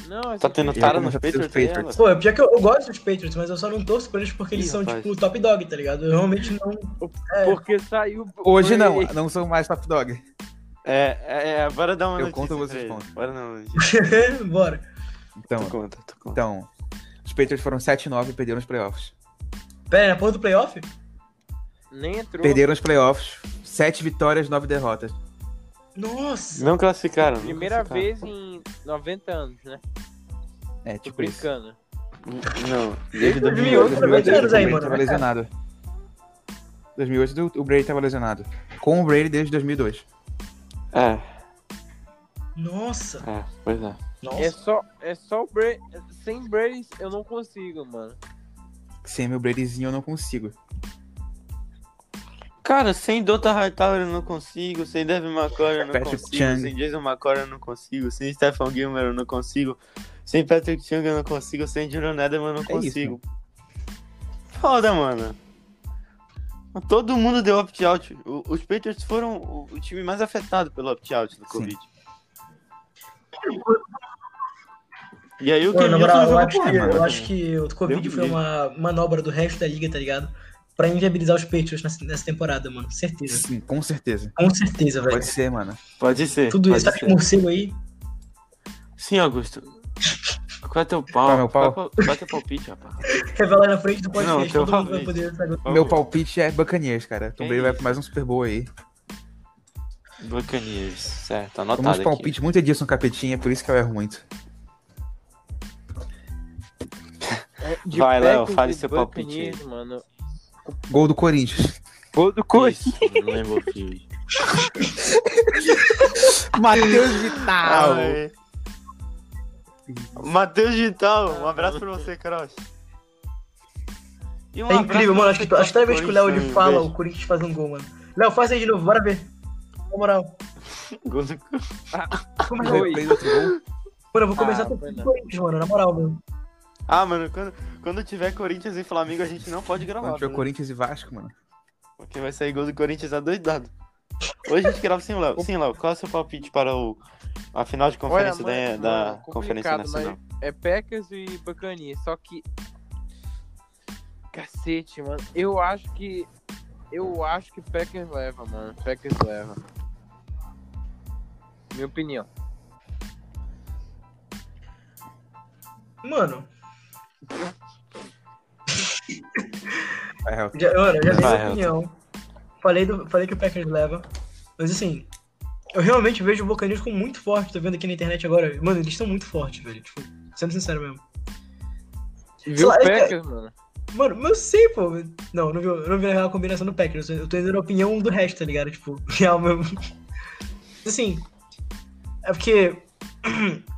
S2: Não, assim, esse
S1: Tá tendo
S3: Eu
S1: tara
S3: não
S1: nos
S3: sei dos
S1: Patriots?
S3: Patriots.
S1: Patriots.
S4: Pô, é pior que eu, eu gosto dos Patriots, mas eu só não torço pra eles porque eles
S1: Ih,
S4: são,
S1: rapaz.
S4: tipo, top dog, tá ligado? Eu realmente não.
S2: Porque saiu.
S3: Hoje
S2: foi-
S3: não, não sou mais top dog.
S1: É, é, é, bora dar uma
S3: Eu
S1: notícia.
S3: conto, vocês
S1: pra ele.
S3: contam.
S1: Bora dar uma notícia.
S4: Bora.
S1: Tu
S3: Então,
S1: conta, tu conta.
S3: então os Patriots foram 7-9 e perderam os playoffs.
S4: Pera aí, na porra do playoff?
S2: Nem entrou.
S3: Perderam os playoffs, 7 vitórias, 9 derrotas.
S4: Nossa!
S1: Não classificaram. não
S2: Primeira
S1: classificaram.
S2: vez em 90 anos, né?
S3: É,
S2: Tô
S3: tipo isso.
S2: brincando.
S1: Não, desde
S4: 2008,
S1: 2008.
S4: né? Quantos anos aí, mano?
S3: tava lesionado. 2008 o Brady tava lesionado. Com o Brady desde 2002.
S1: É,
S4: Nossa!
S1: é, pois é.
S2: É
S4: Nossa!
S2: só, é só o Brady. Sem Brady eu não consigo, mano.
S3: Sem meu Bradyzinho eu não consigo.
S1: Cara, sem Dota Hightower eu não consigo, sem Devin McCoy eu não
S3: Patrick
S1: consigo,
S3: Chung.
S1: sem Jason McCoy eu não consigo, sem Stefan Gilmer eu não consigo, sem Patrick Chung eu não consigo, sem Julian Edelman eu não
S3: É isso,
S1: consigo. Foda, mano. Todo mundo deu opt-out. O- Os Patriots foram o- o time mais afetado pelo opt-out do Covid. E aí é o
S4: Pô,
S1: Cam
S4: na
S1: Newton
S4: moral, eu
S1: jogou
S4: acho,
S1: porra, mano,
S4: que, eu
S1: também.
S4: acho que o Covid
S1: Deus
S4: foi
S1: me
S4: uma manobra do resto da liga, tá ligado? Pra inviabilizar os Patriots nessa, nessa temporada, mano. Certeza.
S3: Sim, com certeza.
S4: Com certeza, velho.
S3: Pode ser, mano.
S1: Pode ser.
S4: Tudo
S1: pode
S4: isso, sabe
S1: ser.
S4: que morcego aí?
S1: Sim, Augusto. Qual é teu pau?
S3: Qual é meu pau?
S1: Qual é, qual é é teu palpite, rapaz?
S4: Revelar na frente do podcast,
S1: Não, teu
S4: todo mundo vai
S1: palpite.
S4: poder saber.
S1: Por
S3: Meu
S1: favor.
S3: palpite é Buccaneers, cara. Tom
S1: Que
S3: Brady vai
S1: isso?
S3: pra mais um Super Bowl aí.
S1: Buccaneers, certo,
S3: Tomei uns
S1: É, tá anotado aqui.
S3: palpites muito Edilson Capetinha, por isso que eu erro muito.
S2: De
S1: Vai, Léo,
S2: Packers
S1: fale
S2: e
S1: seu palpite aí.
S2: Buccaneers, mano.
S3: Gol do Corinthians.
S2: Gol do
S1: Isso, não lembro o filme.
S3: Matheus
S2: Ah,
S3: Vital.
S5: Ai. Ah, Matheus Digital, um abraço pra você, Cross.
S1: E um
S4: É
S1: abraço
S4: incrível, mano.
S1: pra
S4: Acho que,
S1: você
S4: acho que toda vez que o Léo ele
S1: Corinthians,
S4: fala,
S1: beijo.
S4: o Corinthians faz um gol, mano. Léo, faz aí de novo, bora ver. Na moral.
S1: Gol do Corinthians.
S4: Como é que eu-
S2: Oi.
S3: Fez outro gol.
S4: Mano, eu vou começar
S2: Ah,
S4: com
S2: foi
S4: o
S2: não.
S4: Corinthians, mano. Na moral, mano.
S5: Ah, mano, quando, quando tiver Corinthians e Flamengo, a gente não pode gravar.
S3: Quando tiver
S5: né?
S3: Corinthians e Vasco, mano.
S5: Porque vai sair gol do Corinthians a dois dados. Hoje a gente grava sem o Léo. Sim, Léo, qual é o seu palpite para o, a final de conferência
S2: Olha, mano,
S5: da, da
S2: mano,
S5: Conferência
S2: complicado,
S5: Nacional?
S2: mas É Packers e Buccaneers, só que. Cacete, mano. Eu acho que. Eu acho que Packers leva, mano. Packers leva. Minha opinião.
S4: Mano,
S3: Vai, Helton.
S4: já, mano, eu já dei
S1: Vai,
S4: minha opinião. Falei, do, falei que o Packers leva. Mas assim, eu realmente vejo o Buccaneers como muito forte. Tô vendo aqui na internet agora. Mano, eles estão muito fortes, velho. Tipo, sendo sincero mesmo.
S2: Viu o
S4: lá, é-
S2: Packers, mano?
S4: Mano, mas eu sei, pô. Não, não vi, eu não vi a real combinação do Packers. Eu tô indo na opinião do resto, tá ligado? Tipo, real mesmo. Assim, é porque.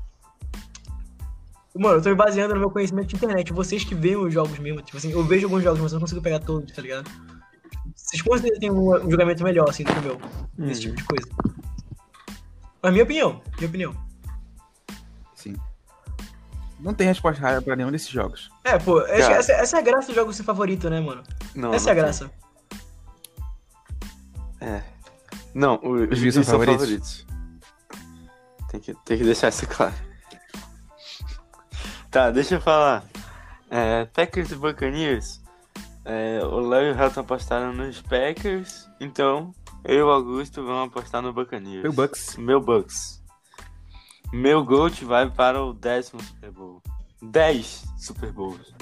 S4: Mano, eu tô me baseando no meu conhecimento de internet. Vocês que veem os jogos mesmo, tipo assim, eu vejo alguns jogos, mas eu não consigo pegar todos, tá ligado? Vocês com certeza têm um, um julgamento melhor, assim, do que o meu. Esse
S1: Uhum.
S4: tipo de coisa. Mas minha opinião, minha opinião.
S3: Sim. Não tem resposta rara pra nenhum desses jogos.
S4: É, pô, acho que
S1: Cara.
S4: essa, essa é a graça do jogo ser favorito, né, mano?
S1: Não,
S4: essa
S1: não
S4: é
S1: tem.
S4: a graça.
S1: Não, o- os
S3: Vivi
S1: vídeos
S3: são
S1: são favoritos. Tem que, tem que deixar isso claro. Tá, deixa eu falar. É, Packers e Buccaneers. É, o Léo e o Helton apostaram nos Packers, então eu e o Augusto vamos apostar no Buccaneers.
S3: Foi o Bucks.
S1: Meu Bucks. Meu Gold vai para o décimo Super Bowl. 10 Super Bowls.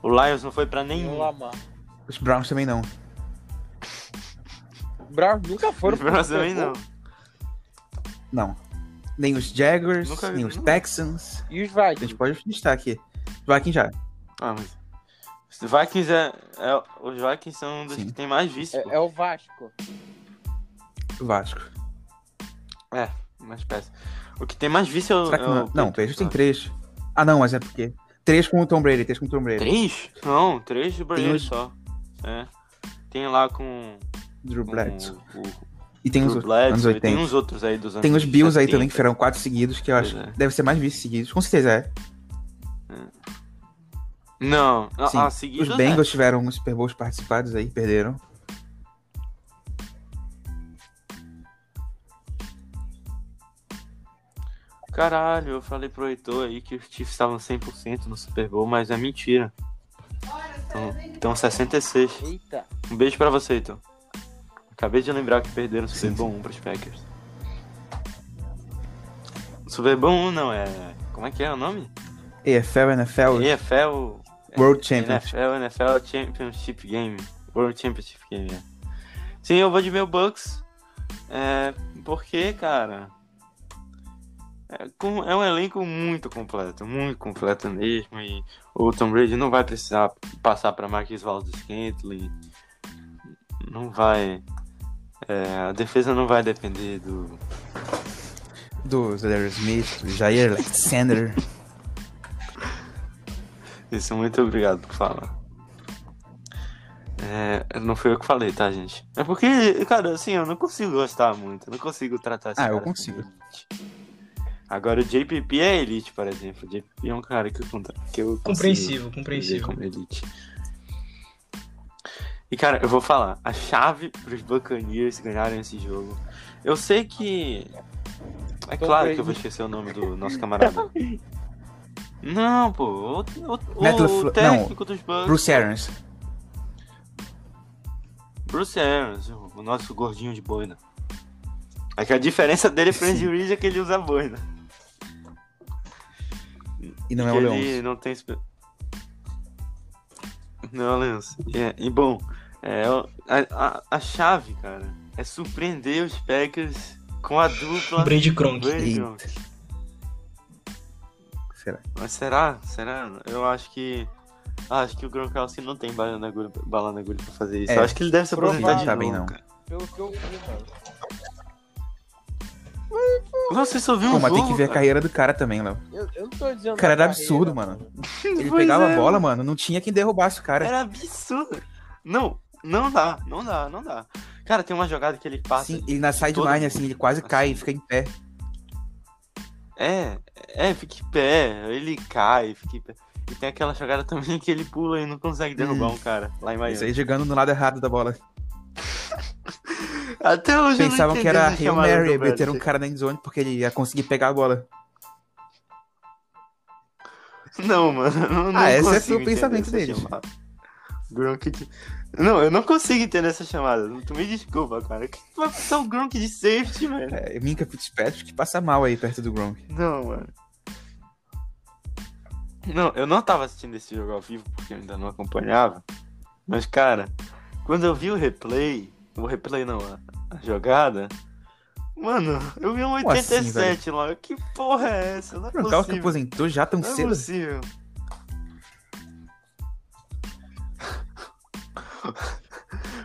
S1: O Lions não foi pra
S2: Vamos
S1: nenhum.
S2: lá, mano.
S3: Os Browns também não.
S2: Bravos nunca foram.
S1: Os Browns também não.
S3: Não. Nem os Jaguars,
S1: Nunca vi,
S3: nem os
S1: não.
S3: Texans.
S2: E os
S3: A gente
S2: Vikings?
S3: pode listar aqui. Vikings já.
S1: Ah, mas. Os Vikings é, é- Os Vikings são um dos
S3: Sim.
S1: que tem mais vício. pô.
S2: É, é o Vasco.
S3: O Vasco.
S1: Mais peça. O que tem mais vício é o.
S3: Será que
S1: é
S3: não?
S1: o-
S3: Não, Patriots tem três. Ah, não, mas é porque. Três com o Tom Brady, três com o Tom Brady.
S1: Três? Não, três de Brasileiro
S3: os-
S1: só. É. Tem lá com.
S3: Drew
S1: com
S3: Bledsoe.
S1: o- o-
S3: E tem os
S1: Drew
S3: outros,
S1: Bledsoe,
S3: anos
S1: e Tem
S3: 80.
S1: uns outros aí dos anos
S3: Tem os Bills aí também, que
S1: 70.
S3: serão quatro seguidos, que eu acho
S1: Pois é.
S3: que deve ser mais vice seguidos. Com certeza é.
S1: Não, a-
S3: Sim.
S1: a seguida.
S3: Os Bengals tiveram uns Super Bowls participados aí, perderam.
S1: Caralho, eu falei pro Heitor aí que os Chiefs estavam 100% no Super Bowl, mas é mentira. Então, então 66.
S2: Eita.
S1: Um beijo pra você, então. Acabei de lembrar que perderam o Super
S3: Sim,
S1: Bowl 1 pros Packers. Super Bowl 1 não, é. Como é que é o nome?
S3: EFL, NFL,
S1: EFL.
S3: World Champions.
S1: NFL, NFL Championship Game. World Championship Game, é. Sim, eu vou de meu Bucks. É, porque, cara. É, com- é um elenco muito completo, muito completo mesmo. E o Tom Brady não vai precisar passar para Marquis Valdes Scantling. Não vai. é, a defesa não vai depender do.
S3: Do Zadar Smith, do Jair Alexander.
S1: Isso, muito obrigado por falar. É, não fui eu que falei, tá, gente? É porque, cara, assim, eu não consigo gostar muito. Eu não consigo tratar esse
S3: Ah,
S1: cara
S3: eu
S1: como
S3: consigo.
S1: elite. Agora, o JPP é elite, por exemplo. O JPP é um cara que eu, contra- que eu consigo
S4: Compreensível,
S1: ver
S4: compreensível.
S1: como elite. é E, cara, eu vou falar. A chave pros Buccaneers ganharem esse jogo. Eu sei que... É
S2: Tom
S1: claro
S2: Brady.
S1: que eu vou esquecer o nome do nosso camarada. Não, pô. O, o,
S3: Matt
S1: o
S3: LaFleur-
S1: técnico dos Bucks.
S3: Bruce Arians.
S1: Bruce Arians, o o nosso gordinho de boina. É que a diferença dele pro Andy Reid é que ele usa boina.
S3: E não é
S1: que
S3: o
S1: ele
S3: Leão.
S1: não tem... espe- Não é o Leons. E, é- e bom, é, o- a, a- a chave, cara, é surpreender os Packers com a dupla.
S4: Brady Kronk.
S1: Brady
S3: Eita.
S1: Gronk.
S3: Será?
S1: Mas será? Será? Eu acho que. ah, acho que o Gronkowski não tem bala na agulha, bala na agulha pra fazer isso.
S3: É,
S1: Eu acho que ele deve se aposentar de
S2: provável.
S3: Tá bem,
S1: novo,
S3: não.
S1: cara.
S2: Pelo que eu vi, mano.
S1: Nossa, você só viu
S3: Pô,
S1: um
S3: mas
S1: jogo,
S3: tem que ver a
S1: cara.
S3: carreira do cara também, Léo.
S2: Eu, eu não tô dizendo.
S3: Cara,
S2: da
S3: era absurdo,
S2: carreira,
S3: mano. Ele
S1: Pois
S3: pegava
S1: é,
S3: a bola, mano, não tinha quem derrubasse o cara.
S1: Era absurdo. Não, não dá, não dá, não dá. Cara, tem uma jogada que ele passa.
S3: Assim, ele na
S1: todo
S3: sideline,
S1: mundo.
S3: assim, ele quase cai e fica em pé.
S1: É, é, fica em pé, ele cai, fica em pé. E tem aquela jogada também que ele pula e não consegue derrubar um cara lá em
S3: Isso
S1: Miami.
S3: aí jogando no lado errado da bola.
S1: Até hoje eu não
S3: Pensavam que
S1: entendi
S3: era
S1: essa
S3: Hail
S1: chamada
S3: Mary,
S1: do Brady.
S3: meteram um cara na endzone porque ele ia conseguir pegar a bola.
S1: Não, mano. eu Não,
S3: Ah, esse é
S1: consigo
S3: o
S1: entender
S3: pensamento
S1: essa
S3: deles.
S1: chamada. Gronk. de- Não, eu não consigo entender essa chamada. Tu me desculpa, cara. Que vai passar o Gronk de safety, velho?
S3: É, Minka Fitzpatrick passa mal aí perto do Gronk.
S1: Não, mano. Não, eu não tava assistindo esse jogo ao vivo porque eu ainda não acompanhava. Mas, cara, quando eu vi o replay, o replay não, a, a jogada, mano, eu vi um
S3: Como assim,
S1: 87 lá. Que porra é essa? Não é
S3: O Gronk
S1: possível.
S3: aposentou já tão
S1: Não é
S3: cedo.
S1: possível.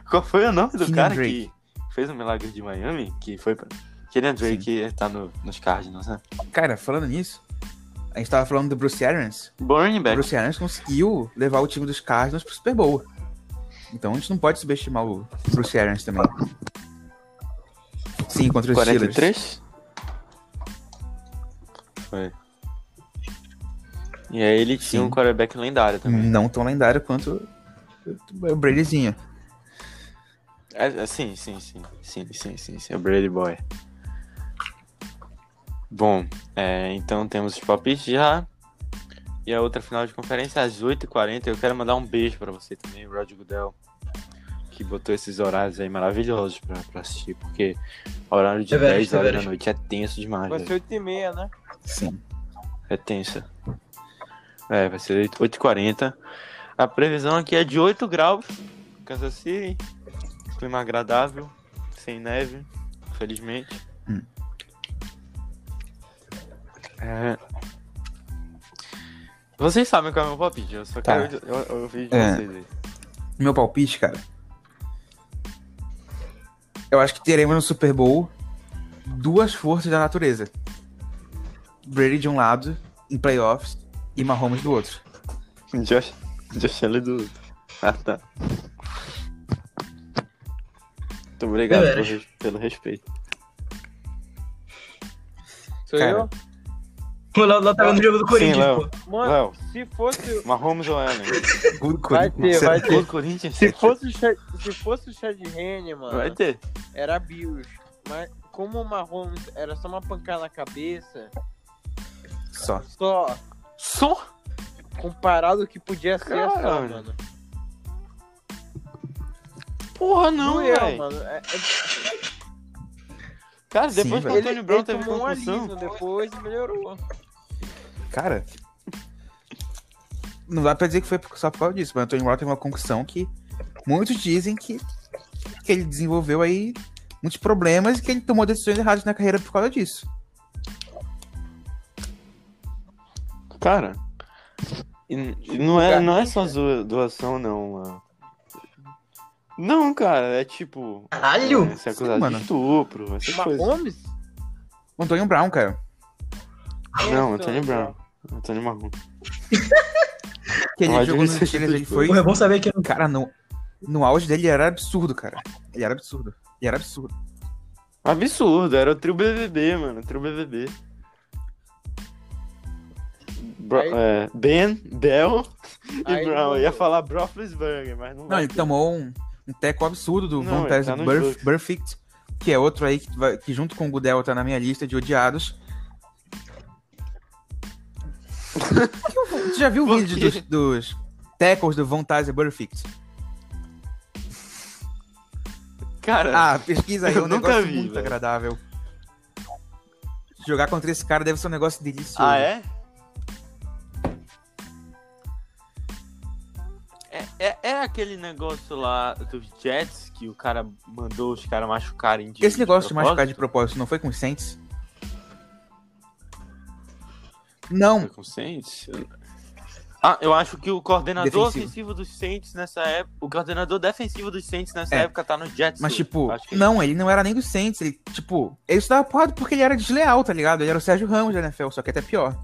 S1: Qual foi o nome do
S3: Kenyan
S1: cara
S3: Drake.
S1: que fez o milagre de Miami? Que foi pra... Kenyan Drake
S3: Sim.
S1: que tá no, nos Cardinals, né?
S3: Cara, falando nisso, a gente tava falando do Bruce Arians.
S1: Bom running
S3: O
S1: back.
S3: Bruce Arians conseguiu levar o time dos Cardinals pro Super Bowl. Então a gente não pode subestimar o Bruce Arians também. Sim, contra os Steelers.
S1: 43? Foi. E aí ele tinha
S3: Sim.
S1: um quarterback lendário também.
S3: Não tão lendário quanto o Bradyzinho.
S1: É, é, sim, sim, sim, sim, sim, sim, sim, é o Brady Boy. Bom, é, então temos os palpites já. E a outra final de conferência é às 8h40. Eu quero mandar um beijo pra você também, Rod Goodell, que botou esses horários aí maravilhosos pra, pra assistir, porque horário de
S4: É verdade,
S1: 10
S4: é
S1: horas da
S4: verdade.
S1: noite é tenso demais.
S2: Vai
S1: velho.
S2: ser 8 e meia, né?
S3: Sim.
S1: É tensa. É, vai ser 8h40. A previsão aqui é de 8 graus. Kansas City. Clima agradável. Sem neve, felizmente.
S3: Hum.
S1: É. Vocês sabem qual é o meu palpite. Eu só
S3: Tá.
S1: quero eu- eu ouvir de
S3: É.
S1: vocês aí.
S3: Meu palpite, cara. Eu acho que teremos no Super Bowl duas forças da natureza. Brady de um lado, em playoffs, e Mahomes do outro.
S1: Josh, Josh Allen do. Ah, tá. Muito obrigado
S4: Galera.
S1: pelo res- pelo respeito.
S2: Sou
S3: Cara,
S2: eu?
S4: O Léo Léo tá vendo o jogo do Corinthians,
S1: Léo.
S4: pô.
S2: Mano,
S1: Léo,
S2: se fosse.
S1: Mahomes ou Allen?
S2: Vai ter,
S3: é
S2: vai ter.
S1: Gol do Corinthians?
S2: Se fosse, o Chad- se fosse o Chad Henne, mano,
S1: Vai ter.
S2: era Bills. Mas como o Mahomes era só uma pancada na cabeça,
S3: Só.
S2: só
S1: Som?
S2: comparado ao que podia ser é
S1: Cara.
S2: só, mano.
S1: Porra, não,
S2: Não eu,
S1: velho.
S2: mano. É- é-
S1: Cara,
S3: Sim,
S1: depois que o
S3: velho.
S2: Ele,
S1: Antônio Brown
S2: ele
S1: teve
S2: tomou um
S1: concussão.
S2: aliso depois e melhorou.
S3: Cara. Não dá pra dizer que foi por- só por causa disso, mas o Antônio Brown teve uma concussão que muitos dizem que, que ele desenvolveu aí muitos problemas e que ele tomou decisões erradas na carreira por causa disso.
S1: Cara, e, e não, é, não é só zoa- doação, não, mano. Não, cara, é tipo.
S4: Caralho!
S1: É, ser acusado
S3: Sim, mano.
S1: de estupro, essas coisas.
S2: Mahomes?
S3: O Antônio Brown, cara,
S1: Não,
S2: Isso,
S1: Antônio Brown. Antônio Marrom.
S3: que ele
S1: Não
S3: jogou nos
S1: admito isso,
S3: Steelers, ele
S1: tipo.
S3: foi
S4: Porra, é bom saber que.
S3: Cara, no, no auge dele era absurdo, cara. Ele era absurdo. Ele era absurdo.
S1: Absurdo, era o trio BBB, mano. Trio BBB. Bro-
S2: Aí-
S1: é, ben, Bell e
S2: Aí
S1: Brown.
S2: não-
S1: Eu ia falar Brofflesburger, mas não
S3: Não,
S1: vai
S3: ele
S1: ter.
S3: tomou um, um teco absurdo do
S1: Não,
S3: Von
S1: ele
S3: Tess
S1: tá nos
S3: Burf-
S1: dois.
S3: Burfict, que é outro aí que, vai- que junto com o Gudel tá na minha lista de odiados. Você já viu o
S1: Por
S3: vídeo
S1: quê?
S3: dos, dos tackles do Von Tess Burfict?
S1: Cara,
S3: Ah, pesquisa aí, é
S1: Eu
S3: um
S1: nunca
S3: negócio
S1: vi,
S3: muito
S1: velho.
S3: agradável. Jogar contra esse cara deve ser um negócio
S1: ah, é?
S3: delicioso.
S1: Ah, é? É, é, é aquele negócio lá dos Ah, Jets que o cara mandou os caras machucarem de
S3: Esse negócio de machucar de
S1: propósito?
S3: propósito não foi com os Saints? Não,
S1: Foi com o Saints? Ah, eu acho que o coordenador
S3: Defensivo.
S1: ofensivo dos Saints nessa época. O coordenador defensivo dos Saints nessa
S3: É.
S1: época tá no Jets.
S3: mas tipo,
S1: Acho que-
S3: não, ele não era nem do Saints, ele, tipo, ele estava porrada porque ele era desleal, tá ligado? Ele era o Sérgio Ramos da NFL, só que até pior.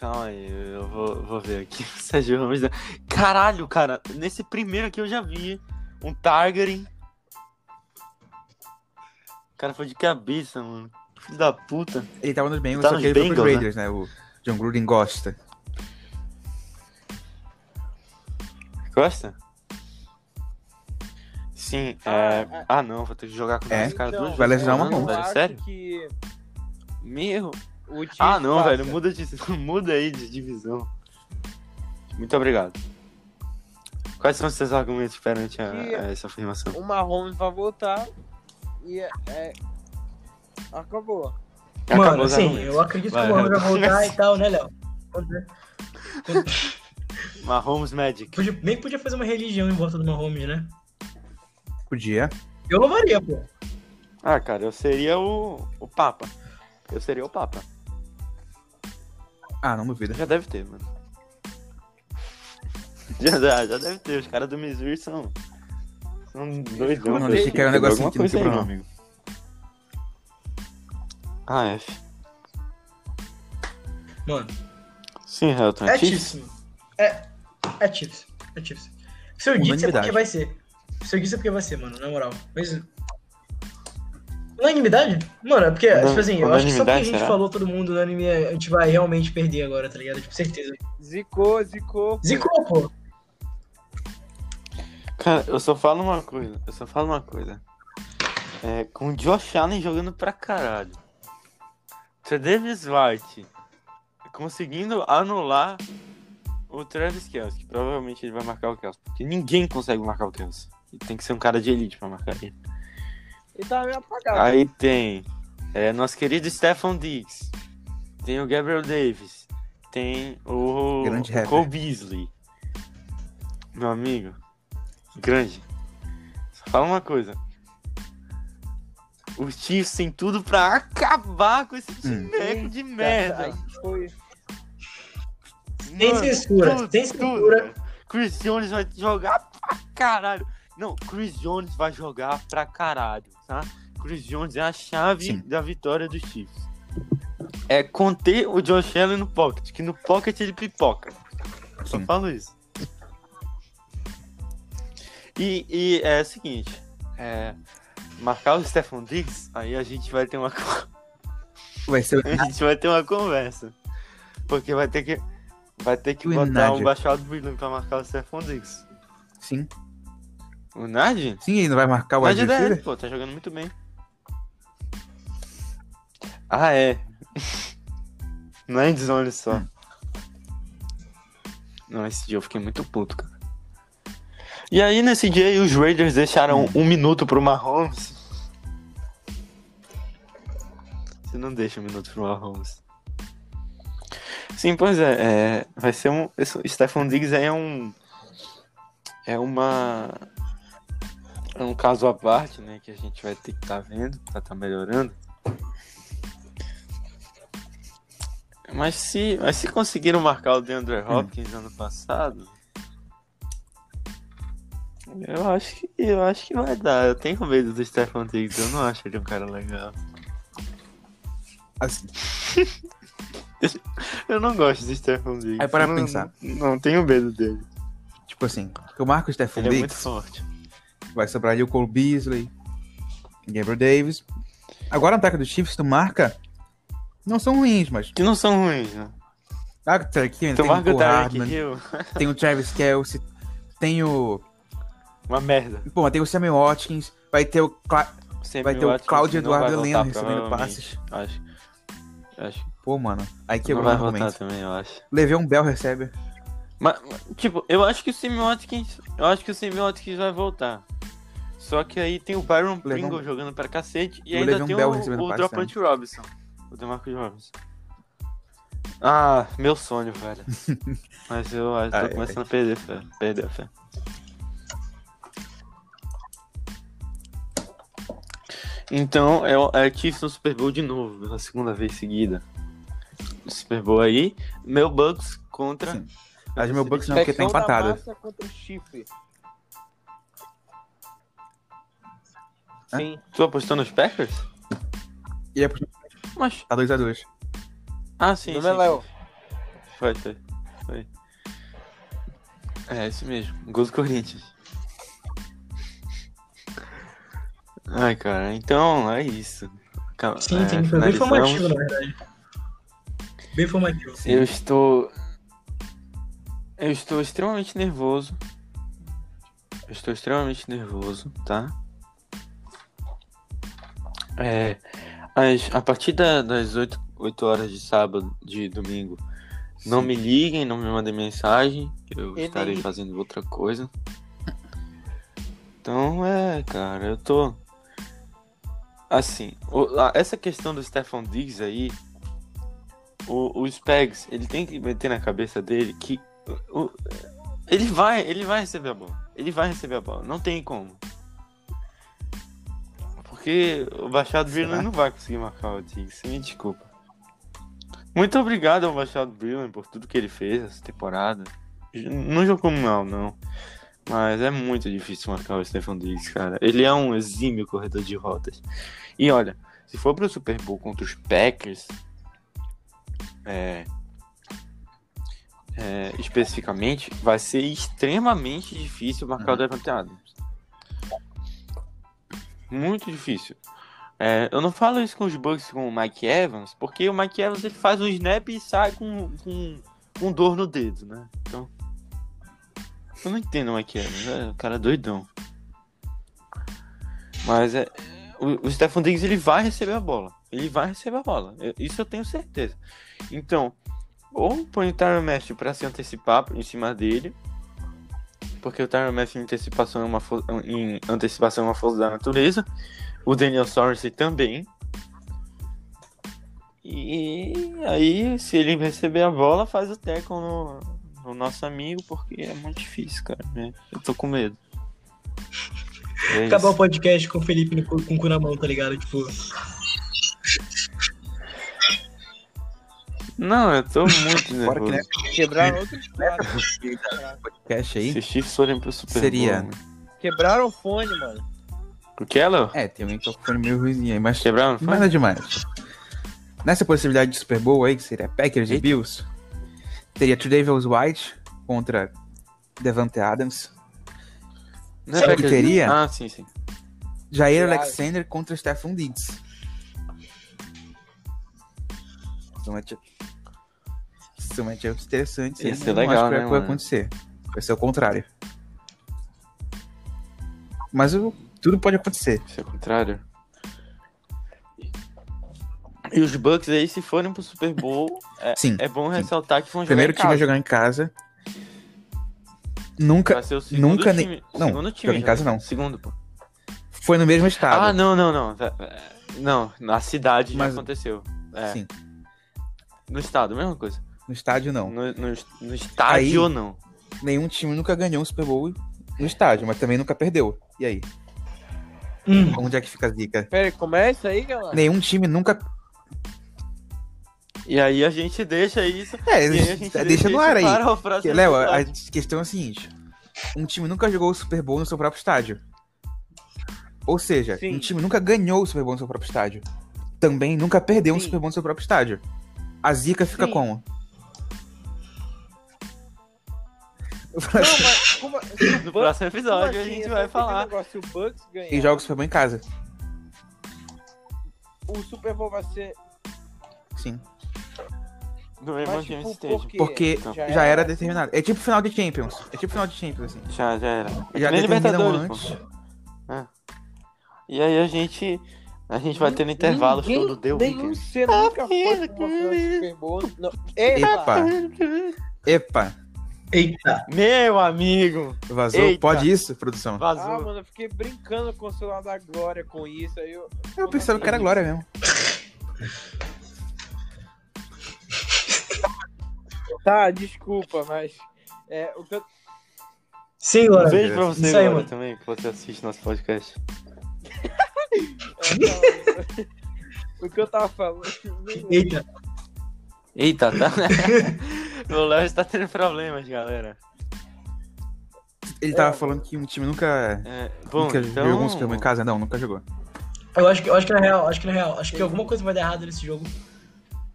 S1: Calma aí, eu vou, vou ver aqui. Sérgio Ramos. da- Caralho, cara, nesse primeiro aqui eu já vi um Targaryen. O cara foi de cabeça, mano. Filho da puta.
S3: Ele tava nos Bengals,
S1: Tá
S3: só
S1: nos
S3: que ele foi pros
S1: Bengals,
S3: Raiders, né? O John Gruden gosta.
S1: Gosta? Sim, é.
S2: Ah, é. Então,
S1: Ah, não, vou ter que jogar com
S3: É?
S1: esse cara duas
S3: vai
S1: vezes.
S3: lesionar uma
S1: Não,
S3: mão.
S2: Eu
S1: né, velho,
S2: acho
S1: sério?
S2: né? que
S1: Meu.
S2: o Chiefs
S1: Ah, não,
S2: passa.
S1: velho, muda, de, muda aí de divisão. Muito obrigado. Quais são os seus argumentos perante a,
S2: Que-
S1: a essa afirmação?
S2: O Mahomes vai voltar e é... é- Acabou.
S1: Acabou
S4: Mano,
S1: os
S4: assim,
S1: argumentos.
S4: eu acredito
S1: Vai,
S4: que o Mahomes
S1: vai.
S4: vai voltar e tal, né, Léo?
S1: Mahomes Magic.
S4: Podia- Nem podia fazer uma religião em volta do Mahomes, né?
S3: Podia.
S4: Eu louvaria, pô.
S1: Ah, cara, eu seria o, o Papa. Eu seria o Papa.
S3: Ah, não duvido.
S1: Já deve ter, mano. Já, dá, já deve ter. Os caras do Missouri são. São doidão.
S3: Mano, achei que era um negocinho que não
S1: Alguma coisa aí, meu
S3: quebrou, não.
S1: amigo. Ah, F.
S4: Mano,
S1: Sim, Helton.
S4: é
S1: Chiefs?
S4: Chiefs. mano. É, é Chiefs. É Chiefs. Se eu disse é
S3: Unanimidade.
S4: porque vai ser. Se eu disse é porque vai ser, mano, na moral. Mas... Unanimidade? Mano, é porque,
S1: Unan-
S4: tipo assim, eu acho que só porque a
S1: unanimidade,
S4: gente
S1: será?
S4: falou todo mundo unânime, a gente vai realmente perder agora, tá ligado? Tipo, certeza.
S2: Zicou, zicou.
S4: Zicou, pô.
S1: Cara, eu só falo uma coisa. Eu só falo uma coisa. É, com o Josh Allen jogando pra caralho. O Davis White conseguindo anular o Travis Kelce, que provavelmente ele vai marcar o Kelce, porque ninguém consegue marcar o Kelce. E tem que ser um cara de elite pra marcar ele.
S2: Ele tava tá meio apagado.
S1: Aí tem é, nosso querido Stefan Diggs, tem o Gabriel Davis, tem o
S3: Grande
S1: o
S3: rapper.
S1: Cole Beasley. Meu amigo, grande. Só fala uma coisa. Os Chiefs tem tudo pra acabar com esse
S3: Hum.
S1: timeco de
S2: Eita,
S1: merda.
S2: Aí foi.
S4: Sem
S1: Mano,
S4: censura, sem censura.
S1: velho. Chris Jones vai jogar pra caralho. Não, Chris Jones vai jogar pra caralho, tá? Chris Jones é a chave
S3: Sim.
S1: da vitória dos Chiefs. É conter o Josh Allen no pocket, que no pocket ele pipoca. Só
S3: Sim.
S1: falo isso. E, e é o seguinte, é, marcar o Stefan Diggs, aí a gente vai ter uma
S3: Vai ser o
S1: a gente vai ter uma conversa. Porque vai ter que. Vai ter que
S3: E o
S1: botar
S3: Nádia?
S1: o Baixado Brilhante pra marcar o Stefan Diggs.
S3: Sim.
S1: O Nadi?
S3: Sim, ele não vai marcar o
S1: Nadi
S3: wide
S1: da L,
S3: receiver?
S1: pô, tá jogando muito bem. Ah, é. Não é endzone só. Não, esse dia eu fiquei muito puto, cara. E aí, nesse dia, aí, os Raiders deixaram um minuto pro Mahomes. Você não deixa um minuto pro Mahomes. Sim, pois é. é, vai ser um. esse- O Stefan Diggs aí é um. É uma. É um caso à parte, né? Que a gente vai ter que estar vendo, pra tá melhorando. Mas se, mas se conseguiram marcar o DeAndre
S3: Hum.
S1: Hopkins ano passado, eu acho que eu acho que vai dar. Eu tenho medo do Stefan Diggs, eu não acho ele um cara legal.
S3: Assim,
S1: Eu não gosto do Stefan Diggs.
S3: Aí É para
S1: eu não,
S3: pensar.
S1: Não tenho medo dele.
S3: tipo assim, eu marco o Stephen
S1: Ele é muito
S3: Diggs,
S1: forte.
S3: vai sobrar ali o Cole Beasley, Gabriel Davis. Agora o ataque do Chiefs, tu marca, não são ruins, mas...
S1: Que não são ruins, né?
S3: Ah, o Tarek Hill,
S1: Tu
S3: tem né? o
S1: marca o
S3: Cole
S1: Tarek
S3: Hardman,
S1: Hill,
S3: tem o Travis Kelce, tem o...
S1: uma merda.
S3: Bom, tem o Samuel Watkins, vai ter o, Cla-
S1: Sempre
S3: vai ter o
S1: Watkins
S3: Claudio
S1: não vai
S3: Eduardo
S1: voltar,
S3: Heleno recebendo
S1: provavelmente.
S3: passes.
S1: Acho. Acho.
S3: Pô, mano, aí
S1: Que não
S3: quebrou
S1: vai
S3: o
S1: voltar
S3: momento.
S1: também, eu acho.
S3: Levei um bel recebe.
S1: Mas, tipo, eu acho que o Semiotkins. Eu acho que o Semiotkins vai voltar. Só que aí tem o
S3: um
S1: Byron Pringle
S3: Levan-
S1: jogando pra cacete e
S3: o
S1: ainda
S3: Levan
S1: tem
S3: Bell
S1: o,
S3: um recebendo
S1: o
S3: passe
S1: Dropante Robinson. O Demarcus Robinson. Ah, meu sonho, velho. Mas eu, eu tô
S3: Ai, ai.
S1: começando a perder, velho. Perder, velho. Então, é, o- é que isso no Super Bowl de novo, pela segunda vez seguida. Super Bowl aí, meu Bucks contra.
S3: Sim. Mas meu Bucks não, porque tá
S2: Infecção da
S3: empatado.
S2: massa contra o chifre.
S3: Hã?
S2: Sim.
S1: Tu apostou nos Packers?
S3: E é pro-
S1: Mas.
S3: tá 2x2.
S1: Ah, sim.
S2: Não
S1: sim,
S2: é,
S1: sim.
S2: Léo?
S1: Foi, foi. Foi. É, isso mesmo. Gol do Corinthians. Ai, cara, então é isso. Ca-
S4: Sim,
S1: é,
S4: tem que foi bem né?
S1: finalizamos.
S4: formativo, na verdade. Bem formativo.
S1: Eu estou. Eu estou extremamente nervoso. Eu estou extremamente nervoso, tá? É, as- a partir da- das 8, horas de sábado, de domingo, não me liguem, não me mandem mensagem. que Eu
S2: E
S1: estarei
S2: nem-
S1: fazendo outra coisa. Então é, cara, eu tô. Assim, o- a- essa questão do Stefan Diggs aí, o, o Spags, ele tem que meter na cabeça dele que o- ele vai, ele vai receber a bola. Ele vai receber a bola, não tem como. Porque o Baixado Brillan
S3: Será?
S1: não vai conseguir marcar o Diggs, me desculpa. Muito obrigado ao Baixado Brillan por tudo que ele fez essa temporada. Não jogou mal, não. Mas é muito difícil marcar o Stefan Diggs, cara. Ele é um exímio corredor de rotas. E olha, se for pro Super Bowl contra os Packers, é, é, especificamente, vai ser extremamente difícil marcar o Devante Adams. Muito difícil. É, eu não falo isso com os Bucks com o Mike Evans, porque o Mike Evans ele faz um snap e sai com, com, com dor no dedo, né? Então. Eu não entendo o Mike Evans, é um cara doidão. Mas é, o, o Stefan Diggs ele vai receber a bola. Ele vai receber a bola. Eu- isso eu tenho certeza. Então, ou põe o Tyron Matthew pra se antecipar em cima dele. Porque o Tyron Matthew em antecipação é uma, for- em antecipação é uma força da natureza. O Daniel Sorensen também. E aí, se ele receber a bola, faz o tackle no, no nosso amigo, porque é muito difícil, cara. Né? Eu tô com medo. É
S4: Acabar o
S1: isso.
S4: podcast com o Felipe no cu- com o cu na mão, tá ligado? Tipo,
S1: Não, eu tô muito
S3: Fora
S1: nervoso.
S3: que, né?
S2: Quebraram outro estado.
S3: Cash
S1: Se
S3: aí.
S1: os Chiefs forem pro Super
S3: Seria.
S1: Bowl, né?
S2: Quebraram o fone, mano.
S1: O que, Léo?
S3: É, tem um microfone meio ruimzinho aí, mas
S1: Quebraram? Foi?
S3: Mas não é demais. Nessa possibilidade de Super Bowl aí, que seria Packers e
S1: Eita.
S3: Bills, teria Tredavious White contra Devante Adams,
S1: Não é
S3: Sabe o que
S1: Packers,
S3: teria?
S1: não? Ah, sim, sim.
S3: Jair
S2: Claro.
S3: Alexander contra Stefan Diggs. São matchups são matchups interessantes. aí,
S1: Ia
S3: mas
S1: ser
S3: eu é não
S1: legal,
S3: acho que
S1: né,
S3: vai
S1: mano?
S3: acontecer. Vai ser o contrário. Mas o- tudo pode acontecer.
S1: Isso é o contrário. E os Bucks aí, se forem pro Super Bowl, é,
S3: Sim.
S1: é bom
S3: sim.
S1: ressaltar que vão
S3: O primeiro
S1: jogar
S3: time
S1: em
S3: vai
S1: casa.
S3: jogar em casa. Nunca.
S1: Vai ser o segundo
S3: nunca nem-
S1: time.
S3: não,
S1: segundo time.
S3: jogar em
S1: já,
S3: casa
S1: né?
S3: não.
S1: Segundo, pô.
S3: Foi no mesmo
S1: Ah,
S3: estado.
S1: não, não, não. Tá- é, Não, na cidade já
S3: Mas-
S1: aconteceu. É,
S3: Sim.
S1: No estado, mesma coisa.
S3: No estádio não.
S1: No, no, no estádio ou não.
S3: nenhum time nunca ganhou um Super Bowl no estádio, mas também nunca perdeu. E aí?
S4: hum,
S3: Onde é que fica a zica?
S2: Pera aí, como é isso aí, galera?
S3: Nenhum time nunca.
S1: E aí a gente deixa isso.
S3: É,
S1: e aí a gente
S3: deixa no
S1: isso
S3: ar aí.
S1: para o próximo
S3: Porque, Léo, a
S1: episódio.
S3: questão é a seguinte: um time nunca jogou o Super Bowl no seu próprio estádio. Ou seja,
S2: Sim.
S3: um time nunca ganhou o Super Bowl no seu próprio estádio. Também nunca perdeu um
S2: Sim.
S3: Super Bowl no seu próprio estádio. A zica fica
S2: Sim.
S3: como?
S2: Não, mas como, é- se o
S1: No próximo
S2: Bucks- como
S1: episódio a
S2: assim?
S1: gente
S2: Eu
S1: vai
S2: tô entendendo
S1: falar.
S2: o negócio, se o Bucks ganhar,
S3: E joga o Super Bowl em casa.
S2: o Super Bowl vai ser
S3: Sim.
S1: Do
S2: mas,
S1: Emerging
S2: tipo,
S1: Stadium.
S2: por quê?
S3: Porque
S1: Então.
S3: já, era determinado. É tipo final de Champions. É tipo final de Champions, assim.
S1: Já, já era. É
S3: Já
S1: que nem
S3: determinam
S1: Libertadores,
S3: antes.
S1: pô. E aí a gente. A gente vai
S2: Hum,
S1: ter no intervalo o show do The
S2: Nenhum
S1: Weeknd.
S2: ser nunca foi pra uma final de Super Bowl. Tá Não. Epa!
S3: Epa! Epa!
S4: eita.
S1: Meu amigo!
S3: Vazou?
S1: Eita.
S3: Pode isso, produção?
S2: Ah,
S1: Vazou.
S2: mano, eu fiquei brincando com o celular da Glória com isso. Aí eu, Tá,
S3: Eu pensava que era glória mesmo.
S2: Tá, desculpa, mas. É, o que eu-
S4: Sim,
S1: Um
S4: Laura.
S1: beijo pra você,
S4: Isso aí,
S1: Laura,
S4: mano.
S1: também, que você assiste nosso podcast.
S2: é, o que eu tava falando.
S4: Eita.
S1: Eita, tá? o Léo está tendo problemas, galera.
S3: Ele tava falando que um time nunca,
S1: É, bom,
S3: nunca
S1: então...
S3: jogou um Superman em casa. Não, nunca jogou.
S4: Eu acho que, eu acho que na real, acho que na real, acho que alguma coisa vai dar errado nesse jogo.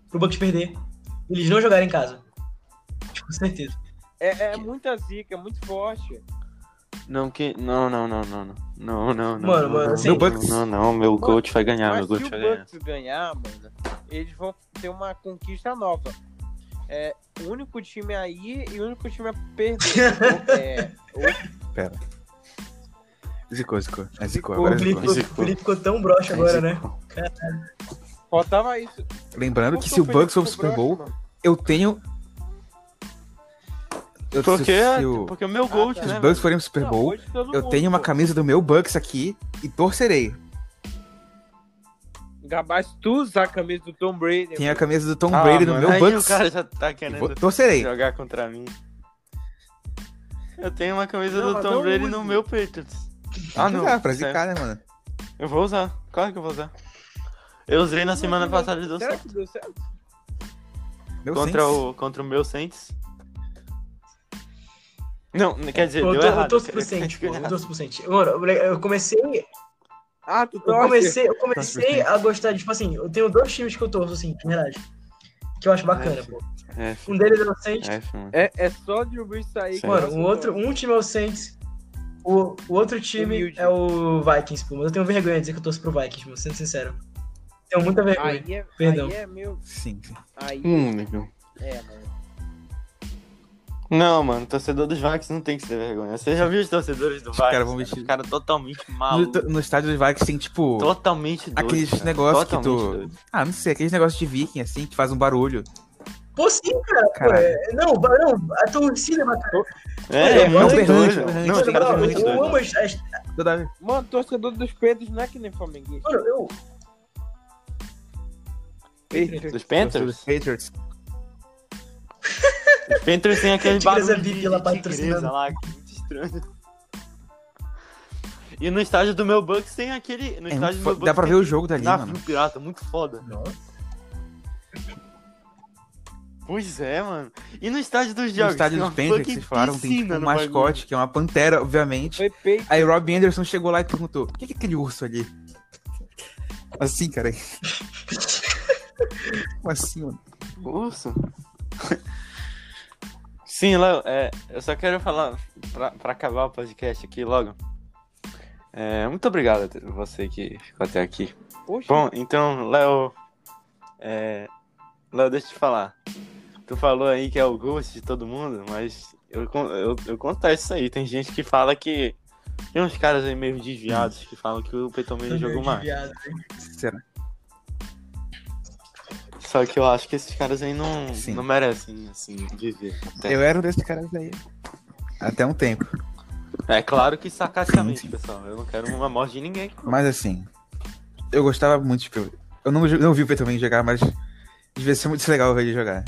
S4: Pro Bucks perder. e Eles não jogarem em casa. Tipo, Com certeza.
S2: É, é muita zica, é muito forte.
S1: Não, que... não, não, não, não, não. Não, não, não.
S4: Mano,
S1: não,
S4: mano,
S1: não,
S4: assim-
S1: não, não, não, meu coach vai ganhar,
S2: Mas
S1: meu
S2: se o
S1: coach vai ganhar.
S2: Bucks ganhar, mano, eles vão ter uma conquista nova. É o único time aí e o único time a perder. é,
S3: Zicou, zicou. É zicou,
S2: Zicou,
S3: agora
S4: O Felipe,
S3: zicou.
S4: ficou- o Felipe ficou tão broxa agora, né?
S2: faltava isso.
S3: Lembrando
S2: Eu
S3: que
S2: sou
S3: se o
S2: feliz
S3: Bucks for pro
S2: com o
S3: Super
S2: Brock,
S3: Bowl,
S2: mano.
S3: eu tenho... Eu
S1: Porque, é,
S3: se o-
S1: porque o meu
S2: tá.
S1: coach,
S3: se
S1: né?
S3: os Bucks forem pro Super
S2: Não,
S3: Bowl,
S2: hoje todo
S3: eu
S2: mundo,
S3: tenho uma
S2: pô.
S3: camisa do meu Bucks aqui e torcerei.
S2: Gabás, tu usar a camisa do Tom Brady.
S3: Tenho a camisa do Tom
S1: Ah,
S3: Brady no
S1: mano,
S3: meu
S1: aí
S3: Bucks.
S1: o cara já tá querendo
S3: Vou- Torcerei.
S1: jogar contra mim. Eu tenho uma camisa
S2: Não,
S1: do
S2: mas
S1: Tom
S2: não
S1: Brady
S2: use.
S1: no meu Patriots.
S3: Ah, não. Pra
S1: certo.
S3: zicar, né, mano?
S1: Eu vou usar, claro que eu vou usar. Eu usei na semana passada e deu
S2: Será
S1: certo.
S2: que deu certo?
S3: Meu
S1: Contra
S3: Saints.
S1: o, contra o meu Saints. Não, quer dizer,
S4: Eu,
S1: deu
S4: tô,
S1: errado.
S4: eu torço pro
S1: Eu
S4: Saints, pô.
S1: fiquei
S4: Eu
S1: errado.
S4: torço pro Saints. Mano, eu comecei
S2: Ah, tu
S4: Eu
S2: torce?
S4: comecei, eu
S3: Torce pro
S4: comecei
S3: Saints.
S4: a gostar, de, tipo assim, eu tenho dois times que eu torço, assim, de verdade. Que eu acho bacana, pô.
S1: É,
S4: Um deles é o Saints,
S1: F, mano.
S2: É, é só de Brees sair. que
S4: mano,
S2: você
S4: um, outro,
S2: torce.
S4: um time é o Saints, o, o outro time
S2: Humilde.
S4: é o Vikings, pô. Mas eu tenho vergonha de dizer que eu torço pro Vikings, mano, sendo sincero. Tenho muita vergonha.
S2: Aí é,
S4: Perdão.
S2: aí é meu.
S3: Sim, sim.
S2: Aí
S1: Hum, Único.
S2: é, mano.
S1: Não, mano, torcedor dos Vax não tem que se ter vergonha. Você já viu os torcedores do
S3: Os
S1: Vax?
S3: caras vão
S1: mano?
S3: vestir-
S1: Os caras totalmente
S3: No,
S1: malucos.
S3: no estádio dos Vikings tem, tipo...
S1: Totalmente doido.
S3: Aqueles
S1: cara.
S3: negócio que tu-
S1: Totalmente doido.
S3: Ah, não sei. Aqueles negócios de viking, assim, que faz um barulho.
S4: Pô, sim, cara. pô,
S3: Caralho.
S4: é- não, ba- não, a torcida é bacana.
S1: É, é
S4: Não,
S1: muito
S3: um berrante,
S1: doido.
S3: berrante.
S1: Não, os
S4: Mano,
S1: caras são
S4: eu-
S1: muito
S4: eu,
S1: doidos.
S4: amo as, as-
S3: Toda vez.
S2: Mano, torcedor dos Pedros não é que nem flamenguista.
S4: Mano, eu,
S1: Dos
S3: Dos
S1: Panthers?
S3: Patriots.
S1: Os Panthers tem aquele
S4: Tigresa
S1: barulho
S4: VIP
S1: de,
S4: lá
S1: de
S4: patrocinando.
S1: tigresa lá, que é muito estranho. E no estádio do meu Bucks tem aquele... No
S3: É
S1: estádio
S3: muito
S1: do
S3: fo-
S1: meu
S3: Dá pra ver o jogo dali,
S1: Navio
S3: mano.
S1: pirata, muito foda.
S4: Nossa.
S1: Pois é, mano. E no estádio dos
S3: No
S1: Jaguars?
S3: estádio
S1: tem
S3: dos
S1: uma
S3: Panthers, que
S1: fucking
S3: vocês falaram, tem tipo
S1: piscina
S3: um
S1: no
S3: mascote, que é uma pantera, obviamente.
S2: Foi peito.
S3: Aí Rob Anderson chegou lá e perguntou, o que é aquele urso ali? Assim, cara. Como assim, mano?
S1: bagulho. Urso. Sim, Léo, é, eu só quero falar, pra, pra acabar o podcast aqui logo. É, muito obrigado a você que ficou até aqui.
S2: Poxa,
S1: Bom, então, Léo. é, Léo, deixa eu te falar. Tu falou aí que é o gosto de todo mundo, mas eu, con- eu, eu contesto isso aí. Tem gente que fala que. Tem uns caras aí meio desviados que falam que o Peyton Manning jogou mais.
S4: Viado.
S3: Será?
S1: Só que eu acho que esses caras aí não,
S3: Sim.
S1: não merecem, assim, viver. Até-
S3: Eu era um desses caras aí. Até um tempo.
S1: É claro que sarcasticamente,
S3: Sim, sim.
S1: pessoal. Eu não quero uma morte de ninguém.
S3: Mas assim, eu gostava muito de Peyton. Eu não, não vi o Peyton Manning jogar, mas devia ser muito legal ver ele jogar.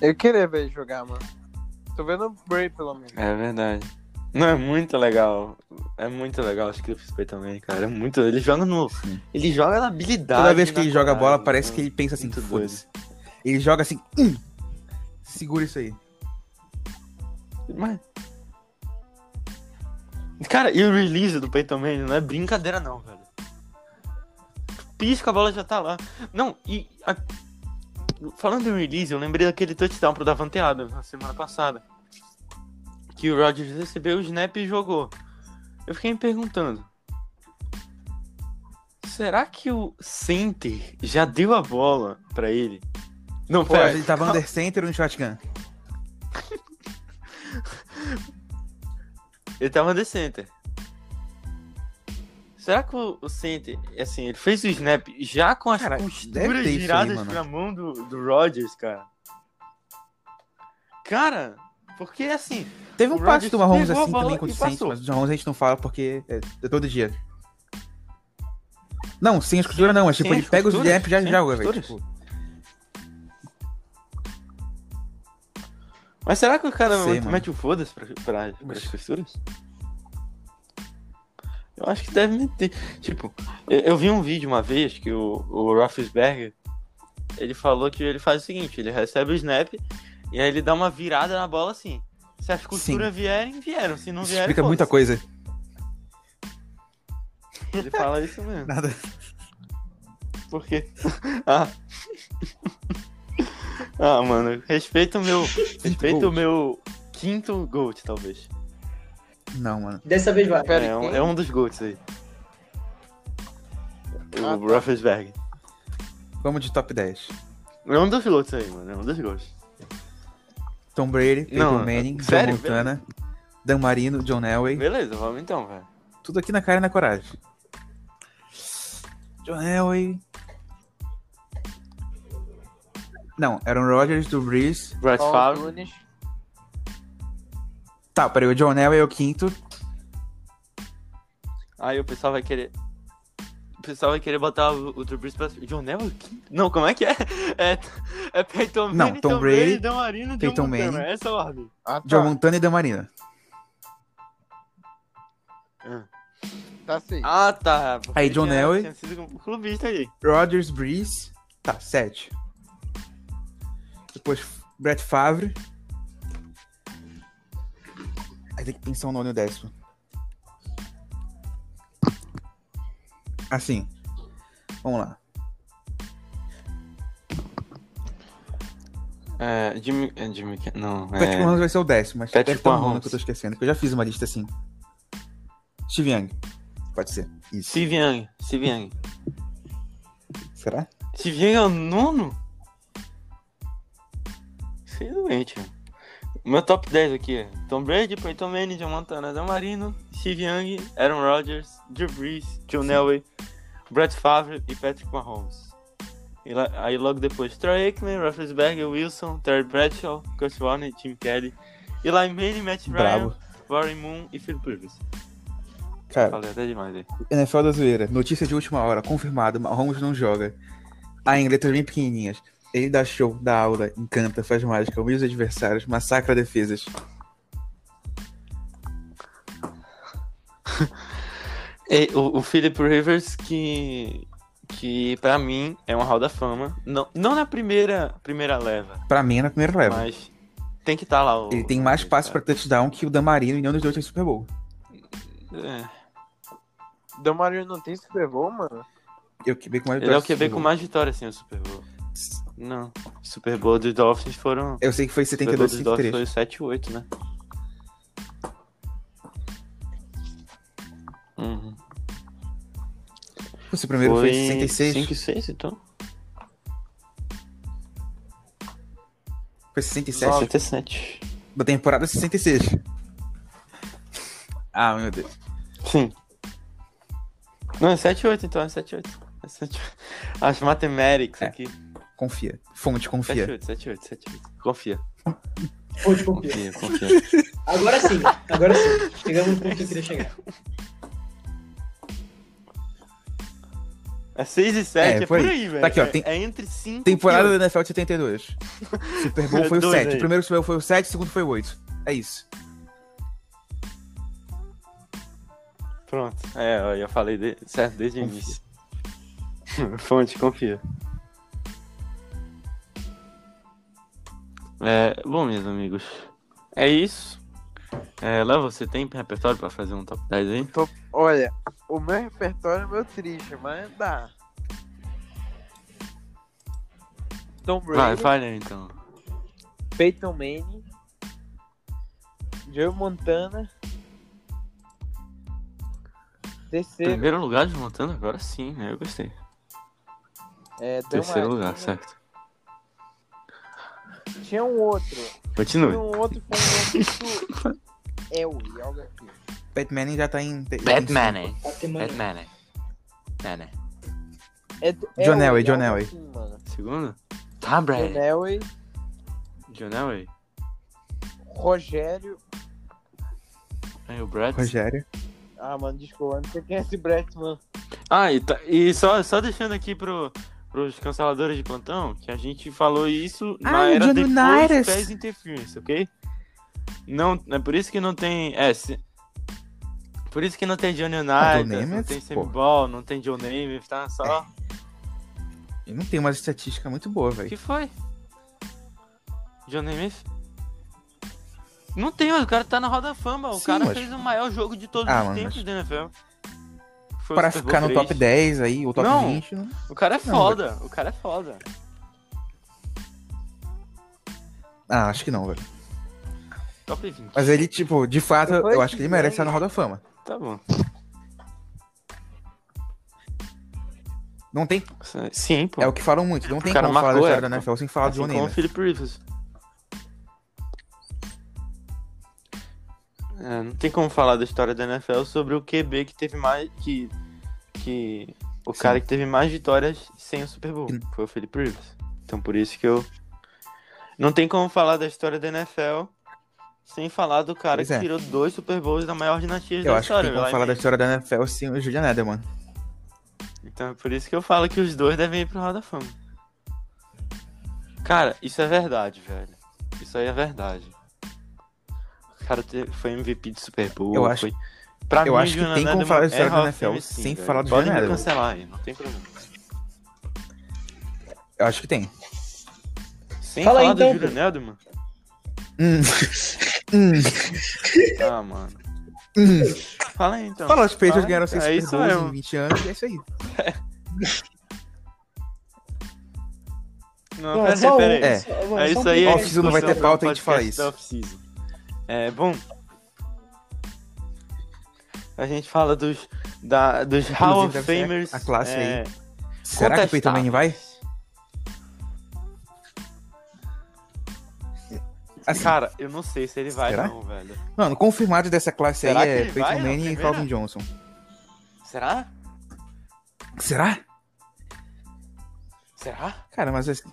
S2: eu queria ver ele jogar, mano. Tô vendo o Bray, pelo menos.
S1: É verdade. Não, é muito legal. É muito legal os clipes do Peyton Manning, cara. É muito... Ele joga no...
S3: Sim.
S1: Ele joga na habilidade.
S3: Toda vez que
S1: na
S3: ele joga a bola,
S1: coragem,
S3: parece
S1: né?
S3: que ele pensa assim,
S1: Muito
S3: foda-se. Ele joga assim, "Hum, segura isso aí.
S1: Mas... Cara, e o release do Peyton Manning não é brincadeira não, velho. Pisca, a bola já tá lá. Não, e... a- Falando em release, eu lembrei daquele touchdown pro Davante Adams na semana passada. Que o Rodgers recebeu o snap e jogou. Eu fiquei me perguntando. Será que o center já deu a bola pra ele? é. Não,
S3: Pô,
S1: pera.
S3: ele tava under center um ou no shotgun?
S1: Ele tava de center. Será que o, o center, assim, ele fez o snap já com as
S3: Cara, deve
S1: costuras
S3: ter isso aí,
S1: viradas
S3: mano.
S1: pra mão do, do Rodgers, cara? Cara, porque assim,
S3: Teve um
S1: O
S3: passe
S1: Rodgers
S3: do Mahomes
S1: pegou a
S3: assim
S1: bola
S3: também contra o
S1: e
S3: Saints,
S1: passou.
S3: mas o Mahomes a gente não fala porque é, é todo dia. Não, sem a escultura não, mas tipo,
S1: Sem
S3: ele
S1: as
S3: pega os
S1: costuras,
S3: snap e já
S1: sem
S3: joga,
S1: as
S3: velho.
S1: costuras.
S3: Tipo,
S1: Mas será que o cara
S3: Sei,
S1: mete-
S3: mano.
S1: mete o foda-se pra, pra, pras fissuras? Eu acho que deve meter. Tipo, eu, eu vi um vídeo uma vez que o, o Roethlisberger, ele falou que ele faz o seguinte, ele recebe o snap e aí ele dá uma virada na bola assim. Se as costuras vierem, vieram. Se não
S3: Isso
S1: vierem,
S3: explica muita
S1: foda-se.
S3: coisa.
S1: Ele fala isso mesmo.
S3: Nada.
S1: Por quê? Ah. ah, mano, respeita o meu. Respeita o
S3: gold.
S1: meu quinto GOAT, talvez.
S3: Não, mano.
S4: Dessa vez vai.
S2: Pera,
S1: É, é um,
S2: quem?
S1: é um dos GOATs aí.
S2: Ah,
S1: o Ruffelsberg.
S3: Vamos de top 10.
S1: É um dos GOATs aí, mano. É um dos GOATs.
S3: Tom Brady, Peyton
S1: Não,
S3: Manning, Joe
S1: sério,
S3: Montana, Dan Marino, John Elway.
S1: Beleza, vamos então, velho.
S3: Tudo aqui na cara e na coragem. John Elway. Não, Aaron Rodgers, do Breeze.
S1: Brett
S2: Paul
S1: Favre.
S2: Nunes.
S3: Tá, peraí, o John Elway é o quinto.
S1: Aí o pessoal vai querer. O pessoal vai querer botar o, o Drew Brees pra. John Neville? Não, como é que é? É, é Peyton
S3: Não,
S1: Manning,
S3: Tom Brady,
S1: Dan Marino, John
S3: Peyton
S1: Montana.
S3: Manning.
S1: Essa é a ordem.
S2: Ah, tá.
S3: John Montana e Dan Marino.
S2: Tá sim.
S1: Ah, tá. Porque
S3: Aí, John
S1: tinha-
S3: Elway.
S1: Tinha sido um clubista aí.
S3: Rodgers, Breeze. Tá, sete. Depois Brett Favre. Aí tem que pensar o nono e o décimo. Assim. Vamos lá.
S1: É, Jimmy... é, Jimmy... Ke- Não,
S3: Patrick
S1: é...
S3: Mahomes vai ser o décimo, mas
S1: Patrick
S3: deve ter um nono
S1: Mahomes.
S3: que eu tô esquecendo, que eu já fiz uma lista assim. Steve Young. Pode ser. Isso.
S1: Steve Young. Steve Young.
S3: Será?
S1: Steve Young é o nono? Você é doente, mano. Meu top 10 aqui é Tom Brady, Peyton Manning, John Montana, Dan Marino, Steve Young, Aaron Rodgers, Drew Brees, John Elway, Brett Favre e Patrick Mahomes. E lá- aí logo depois Troy Aikman, Roethlisberger, Wilson, Terry Bradshaw, Kurt Warner, Tim Kelly, Eli Manning, Matt Ryan,
S3: Brabo.
S1: Warren Moon e Phil Rivers.
S3: Cara,
S1: Falei até demais aí.
S3: NFL da zoeira. Notícia de última hora. Confirmado. Mahomes não joga. Ah, em letras bem pequenininhas. Ele dá show, dá aula, encanta, faz mágica, humilha os adversários, massacra defesas.
S1: É, o, o Philip Rivers, que, que pra mim é um hall da fama. Não, não na primeira, primeira leva,
S3: Pra mim é na primeira leva.
S1: mas tem que estar lá. O,
S3: Ele tem mais passes pra
S1: cara.
S3: touchdown que o Damarino e nenhum um dos dois tem Super Bowl.
S1: É,
S2: Domário não tem Super Bowl, mano?
S3: Eu quebrei com mais
S1: Ele é o
S3: vitórias
S1: QB
S3: do
S1: com
S3: Super
S1: mais vitórias, assim, o Super Bowl.
S3: Bowl.
S1: Não, o Super Bowl dos Dolphins foram...
S3: Eu sei que foi
S1: o Super Bowl dos
S3: 72
S1: Dolphins foi 7 8, né? Uhum.
S3: Esse primeiro foi, 66.
S1: 5 e 6, então?
S3: Foi 67.
S1: 67.
S3: Da temporada 66. Ah, meu Deus.
S1: Sim. Não, é 7-8, então é 7-8. É 7-8. As mathematics
S3: É.
S1: aqui.
S3: Confia. Fonte, confia.
S1: 7-8, 7-8, 7-8. Confia,
S4: Pode confiar.
S1: confia, confia.
S4: Agora sim, agora sim. Chegamos no ponto que eu queria chegar.
S1: É 6 e 7, é,
S3: É,
S1: por
S3: foi.
S1: aí, velho.
S3: aqui, ó,
S1: É-
S3: tem-
S1: É entre 5
S3: Temporada da NFL de 72. Super Bowl foi o
S1: Dois
S3: 7.
S1: aí.
S3: O primeiro Super Bowl foi o 7, o segundo foi o 8. É isso.
S1: Pronto. É, ó, eu falei de- certo desde o início. Fonte, confia. É, bom, meus amigos. É isso. É, Léo, você tem repertório pra fazer um top 10 aí?
S2: Tô- Olha, o meu repertório é meio triste, mas dá. Tom
S1: Vai,
S2: Brady,
S1: falha então.
S2: Peyton Manning, Joe Montana, terceiro,
S1: Primeiro lugar de Montana, agora sim, né? Eu gostei.
S2: é, Dan
S1: Terceiro
S2: Marino.
S1: lugar, certo.
S2: Tinha um outro,
S1: Continue.
S2: tinha um outro com o outro é o Yoga aqui.
S3: Pat Manning já tá em. em-
S1: Batman.
S4: Tá tem mania.
S1: Batman. Batman.
S2: É, é
S3: John
S2: o
S3: Elway, John
S2: Elway,
S3: Elway.
S2: sim, mano.
S1: Segundo? Tom
S2: John
S1: Brady.
S2: Elway,
S1: John Elway.
S2: Rogério.
S1: Aí o Brad.
S3: Rogério.
S2: Ah, mano, desculpa, não sei quem é esse Brett, mano.
S1: Ah, e, tá- e só, só deixando aqui pro, pros canceladores de plantão que a gente falou isso na
S3: Ah,
S1: era
S3: John
S1: depois
S3: Unitas.
S1: do PES Interference, ok? Não, é por isso que não tem. É, se- por isso que não tem Johnny
S3: Ah, John
S1: Unitas, não
S3: Namath,
S1: então, tem
S3: pô. É.
S1: Sammy Ball, não tem John Namath, tá? Só.
S3: E não tem uma estatística muito boa, velho.
S1: que foi? John Namath? Não tem, o cara tá na roda da fama. O
S3: Sim,
S1: cara
S3: mas-
S1: fez o maior jogo de todos os
S3: Ah, mano,
S1: tempos
S3: mas-
S1: da NFL. Foi o
S3: Para
S1: Super Bowl
S3: ficar no top
S1: três.
S3: 10 aí, ou top
S1: Não.
S3: 20. Não.
S1: O cara é
S3: Não,
S1: foda, o cara é foda.
S3: Ah, acho que não, velho.
S1: Top 20.
S3: Mas ele, tipo, de fato,
S2: Depois
S3: eu acho que
S2: que
S3: ele merece
S2: ganha.
S3: estar na Roda da Fama.
S1: Tá bom.
S3: Não tem.
S1: Sim, pô.
S3: É o que falam muito. Não tem
S1: cara
S3: como falar da
S1: marcou
S3: história da
S1: época.
S3: NFL sem falar do
S1: assim
S3: John
S1: como o
S3: Namath.
S1: Philip Rivers. É, não tem como falar da história da NFL sobre o QB que teve mais. que. que o
S3: Sim.
S1: cara que teve mais vitórias sem o Super Bowl. Foi o Philip Rivers. Então por isso que eu. Não tem como falar da história da NFL sem falar do cara
S3: Pois
S1: que
S3: é.
S1: tirou dois Super Bowls da maior dinastia
S3: Eu
S1: da
S3: acho que
S1: história.
S3: tem como
S1: Eli
S3: falar da
S1: Manning.
S3: história da NFL sem o Julian Edelman.
S1: Então é por isso que eu falo que os dois devem ir pro Hall da Fama. Cara, isso é verdade, velho. Isso aí é verdade. O cara te- foi MVP de Super Bowl.
S3: Eu acho-
S1: foi... Pra
S3: eu
S1: mim,
S3: acho que
S1: Julian
S3: tem como
S1: Edelman
S3: falar da
S1: é
S3: história do
S1: Hall
S3: NFL
S1: Fame, sim,
S3: sem
S1: velho.
S3: falar do
S1: Podem
S3: Julian
S1: me
S3: Edelman.
S1: cancelar aí, não tem problema.
S3: Eu acho que tem.
S1: Sem
S4: Fala aí,
S1: falar
S4: então,
S1: do Julian Edelman?
S3: Hum. Hum.
S1: Ah, mano.
S3: Hum.
S1: Fala aí, então.
S3: Fala, os Patriots
S1: Fala,
S3: ganharam 6
S1: é
S3: Super
S1: isso
S3: Bowls em
S1: mesmo.
S3: 20 anos e é isso aí.
S1: Não,
S4: Não,
S1: pera-
S4: só um,
S1: pera aí.
S3: É.
S4: só- mano,
S1: É
S4: só um
S1: isso aí.
S4: pouquinho.
S1: é
S3: Off-season não vai ter
S1: discussão
S3: pauta,
S1: do
S3: a gente fala
S1: podcast
S3: isso.
S1: da off-season. É, bom. A gente fala dos, da, dos Hall of
S3: deve ser a-
S1: Famers.
S3: a classe aí.
S1: é,
S3: Será que o Peyton
S1: contestáveis.
S3: Manning vai? Assim,
S1: Cara, eu não sei se ele vai
S3: Será?
S1: não, velho.
S3: mano, confirmado dessa classe
S1: Será
S3: aí
S1: que
S3: é
S1: ele
S3: Peyton
S1: vai na
S3: Manning e
S1: primeira?
S3: Calvin Johnson.
S1: Será?
S3: Será?
S1: Será?
S3: Cara, mas assim,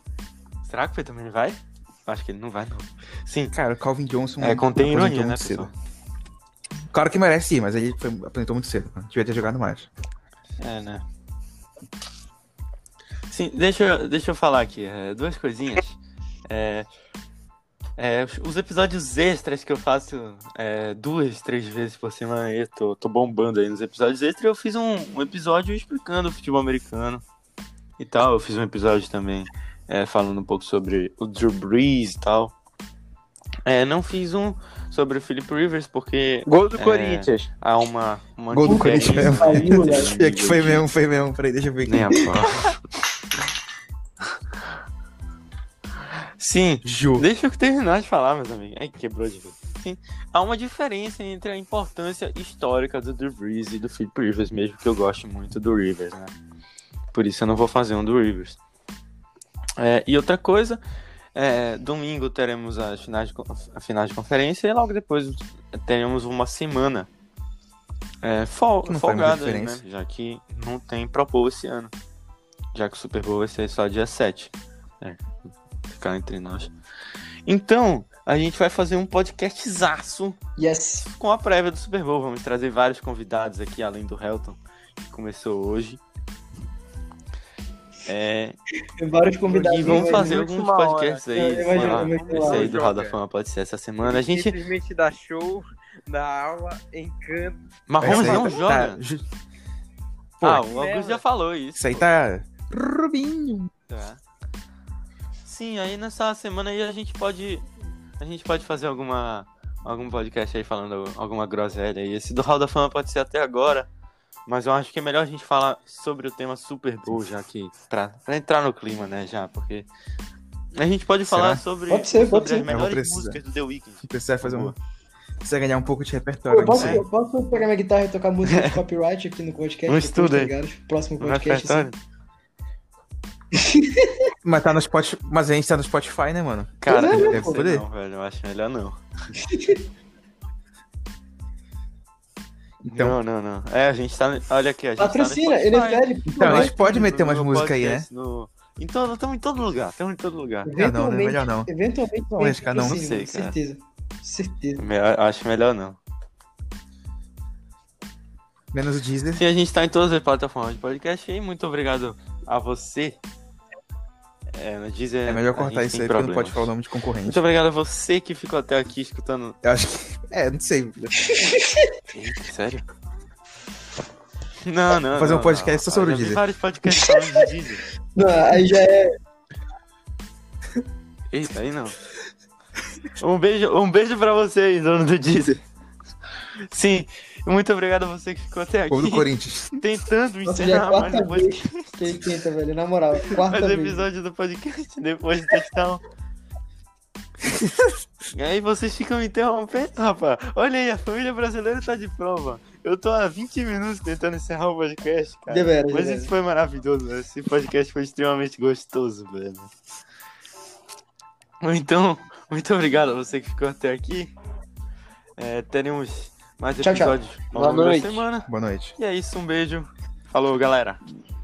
S1: Será que o Peyton Manning vai? Acho que ele não vai, não. Sim.
S3: cara, o Calvin Johnson
S1: É, contém
S3: aposentou
S1: ironia, né,
S3: muito um cedo.
S1: pessoal?
S3: Claro que merece ir, mas ele foi, apresentou muito cedo. mano. Devia ter jogado mais.
S1: É, né? Sim, deixa, eu- deixa eu falar aqui. é, duas coisinhas. É, é, os- os episódios extras que eu faço é, duas, três vezes por semana aí, tô, tô bombando aí nos episódios extras. Eu fiz um, um episódio explicando o futebol americano e tal. Eu fiz um episódio também é, falando um pouco sobre o Drew Brees e tal. É, não fiz um sobre o Philip Rivers, porque
S2: Gol do
S1: É.
S2: Corinthians.
S1: há uma. uma
S3: Gol do
S1: diferença,
S3: Corinthians.
S1: né,
S4: Saiu, né?
S1: entre
S3: Aqui foi mesmo, foi mesmo. Peraí, deixa eu ver
S1: nem
S3: aqui.
S1: a pau. Sim,
S3: Ju.
S1: deixa eu terminar de falar, meus amigos. Ai, quebrou de vez. Sim, há uma diferença entre a importância histórica do Drew Brees e do Philip Rivers, mesmo que eu goste muito do Rivers, né? Por isso eu não vou fazer um do Rivers. É, e outra coisa, é, domingo teremos as finais de, con- a final de conferência e logo depois teremos uma semana é, fol-
S3: Que não faz muita
S1: folgada, aí, né?
S3: diferença.
S1: Já que não tem Pro Bowl esse ano. Já que o Super Bowl vai ser só dia 7. É, ficar entre nós. Então, a gente vai fazer um podcastzaço
S4: Yes.
S1: com a prévia do Super Bowl. Vamos trazer vários convidados aqui, além do Helton, que começou hoje. É,
S4: Tem vários convidados.
S1: e vamos
S4: né?
S1: fazer
S2: muito
S1: alguns
S2: uma hora.
S1: podcasts aí.
S4: Eu
S1: sei
S4: imagino
S1: lá,
S4: muito
S1: esse aí
S2: hora.
S1: do Hall da Fama pode ser essa semana. A gente.
S2: Simplesmente dá show, dá aula, encanto.
S1: Mahomes
S3: Essa aí
S1: não
S3: tá-
S1: joga.
S3: tá- ju- Pô,
S1: Ah, o Augusto
S2: merda.
S1: já falou isso.
S3: Isso aí tá. Rubinho.
S1: Tá. Sim, aí nessa semana aí a gente pode. A gente pode fazer alguma. algum podcast aí falando alguma groselha aí. Esse do Hall da Fama pode ser até agora. Mas eu acho que é melhor a gente falar sobre o tema Super Bowl, já que. Pra, pra entrar no clima, né, já, porque. A gente pode
S3: Será?
S1: falar sobre,
S4: Pode ser, pode
S1: sobre as
S4: ser.
S1: melhores
S3: precisar.
S1: músicas do The Weeknd.
S3: Precisa fazer um.
S1: Boa.
S3: Precisa ganhar um pouco de repertório. né?
S4: Pô,
S3: não
S4: posso,
S3: sei.
S4: eu posso pegar minha guitarra e tocar música de copyright aqui no podcast?
S1: Não
S4: depois,
S1: estuda
S4: tá
S1: aí. é
S4: ligado? Próximo
S1: No
S4: podcast. assim.
S1: repertório?
S3: Mas, tá no Spotify, mas a gente tá no Spotify, né, mano?
S1: Cara,
S4: Pois é,
S1: eu
S4: né,
S1: deve
S4: pô?
S1: ser não, velho. Eu acho melhor não.
S4: assim.
S1: tá
S3: Então,
S1: não, não, não. É, a gente tá. Olha aqui, a gente
S4: Patrocina, é
S1: tá. no Spotify.
S4: NFL. pô,
S3: Então, a
S1: No
S3: gente pode
S1: iTunes,
S3: meter umas
S1: no
S3: músicas aí, né?
S1: podcast, no- Então, estamos em todo lugar, estamos em todo lugar.
S3: Melhor não, né? Melhor não.
S4: Eventualmente.
S3: Não arriscar, não.
S4: patrocina,
S1: Não sei,
S4: com
S1: cara.
S4: Certeza. Certeza.
S1: Melhor- acho melhor não.
S3: menos o Disney.
S1: Sim, a gente tá em todas as plataformas de podcast e muito obrigado a você É, no Deezer.
S3: É melhor
S1: a
S3: cortar
S1: gente
S3: isso
S1: tem
S3: aí, porque não
S1: problemas.
S3: pode
S1: Então-
S3: falar o nome de concorrente.
S1: Muito obrigado a você que ficou até aqui escutando.
S3: Eu acho que. É, não sei.
S1: Eita, sério? Não, não.
S3: Fazer um
S1: não,
S3: podcast
S1: não.
S3: só sobre
S1: Eu
S3: o
S1: já vi
S3: Deezer.
S1: vários podcasts falando de Deezer.
S4: Não, aí já é.
S1: Eita, aí não. Um beijo, um beijo pra vocês, dono do Deezer. Sim, muito obrigado a você que ficou até aqui.
S3: Ou do Corinthians.
S1: Tentando
S4: Nossa, já é a
S1: encerrar mais
S4: quarta
S1: um podcast.
S4: vez que ele tenta, velho. Na moral, quarta
S1: mais um
S4: vez.
S1: episódio do podcast depois do touchdown. e aí vocês ficam me interrompendo, rapaz. Olha aí, a família brasileira tá de prova. Eu tô há 20 minutos tentando encerrar o podcast, cara.
S4: Deveras,
S1: Mas
S4: deveras.
S1: isso foi maravilhoso. né? Esse podcast foi extremamente gostoso, velho. Então, muito obrigado a você que ficou até aqui. É, teremos mais
S4: Tchau, tchau.
S1: episódios ao
S6: Boa
S1: longo da
S6: noite.
S1: semana.
S3: Boa noite.
S1: E é isso, um beijo. Falou, galera.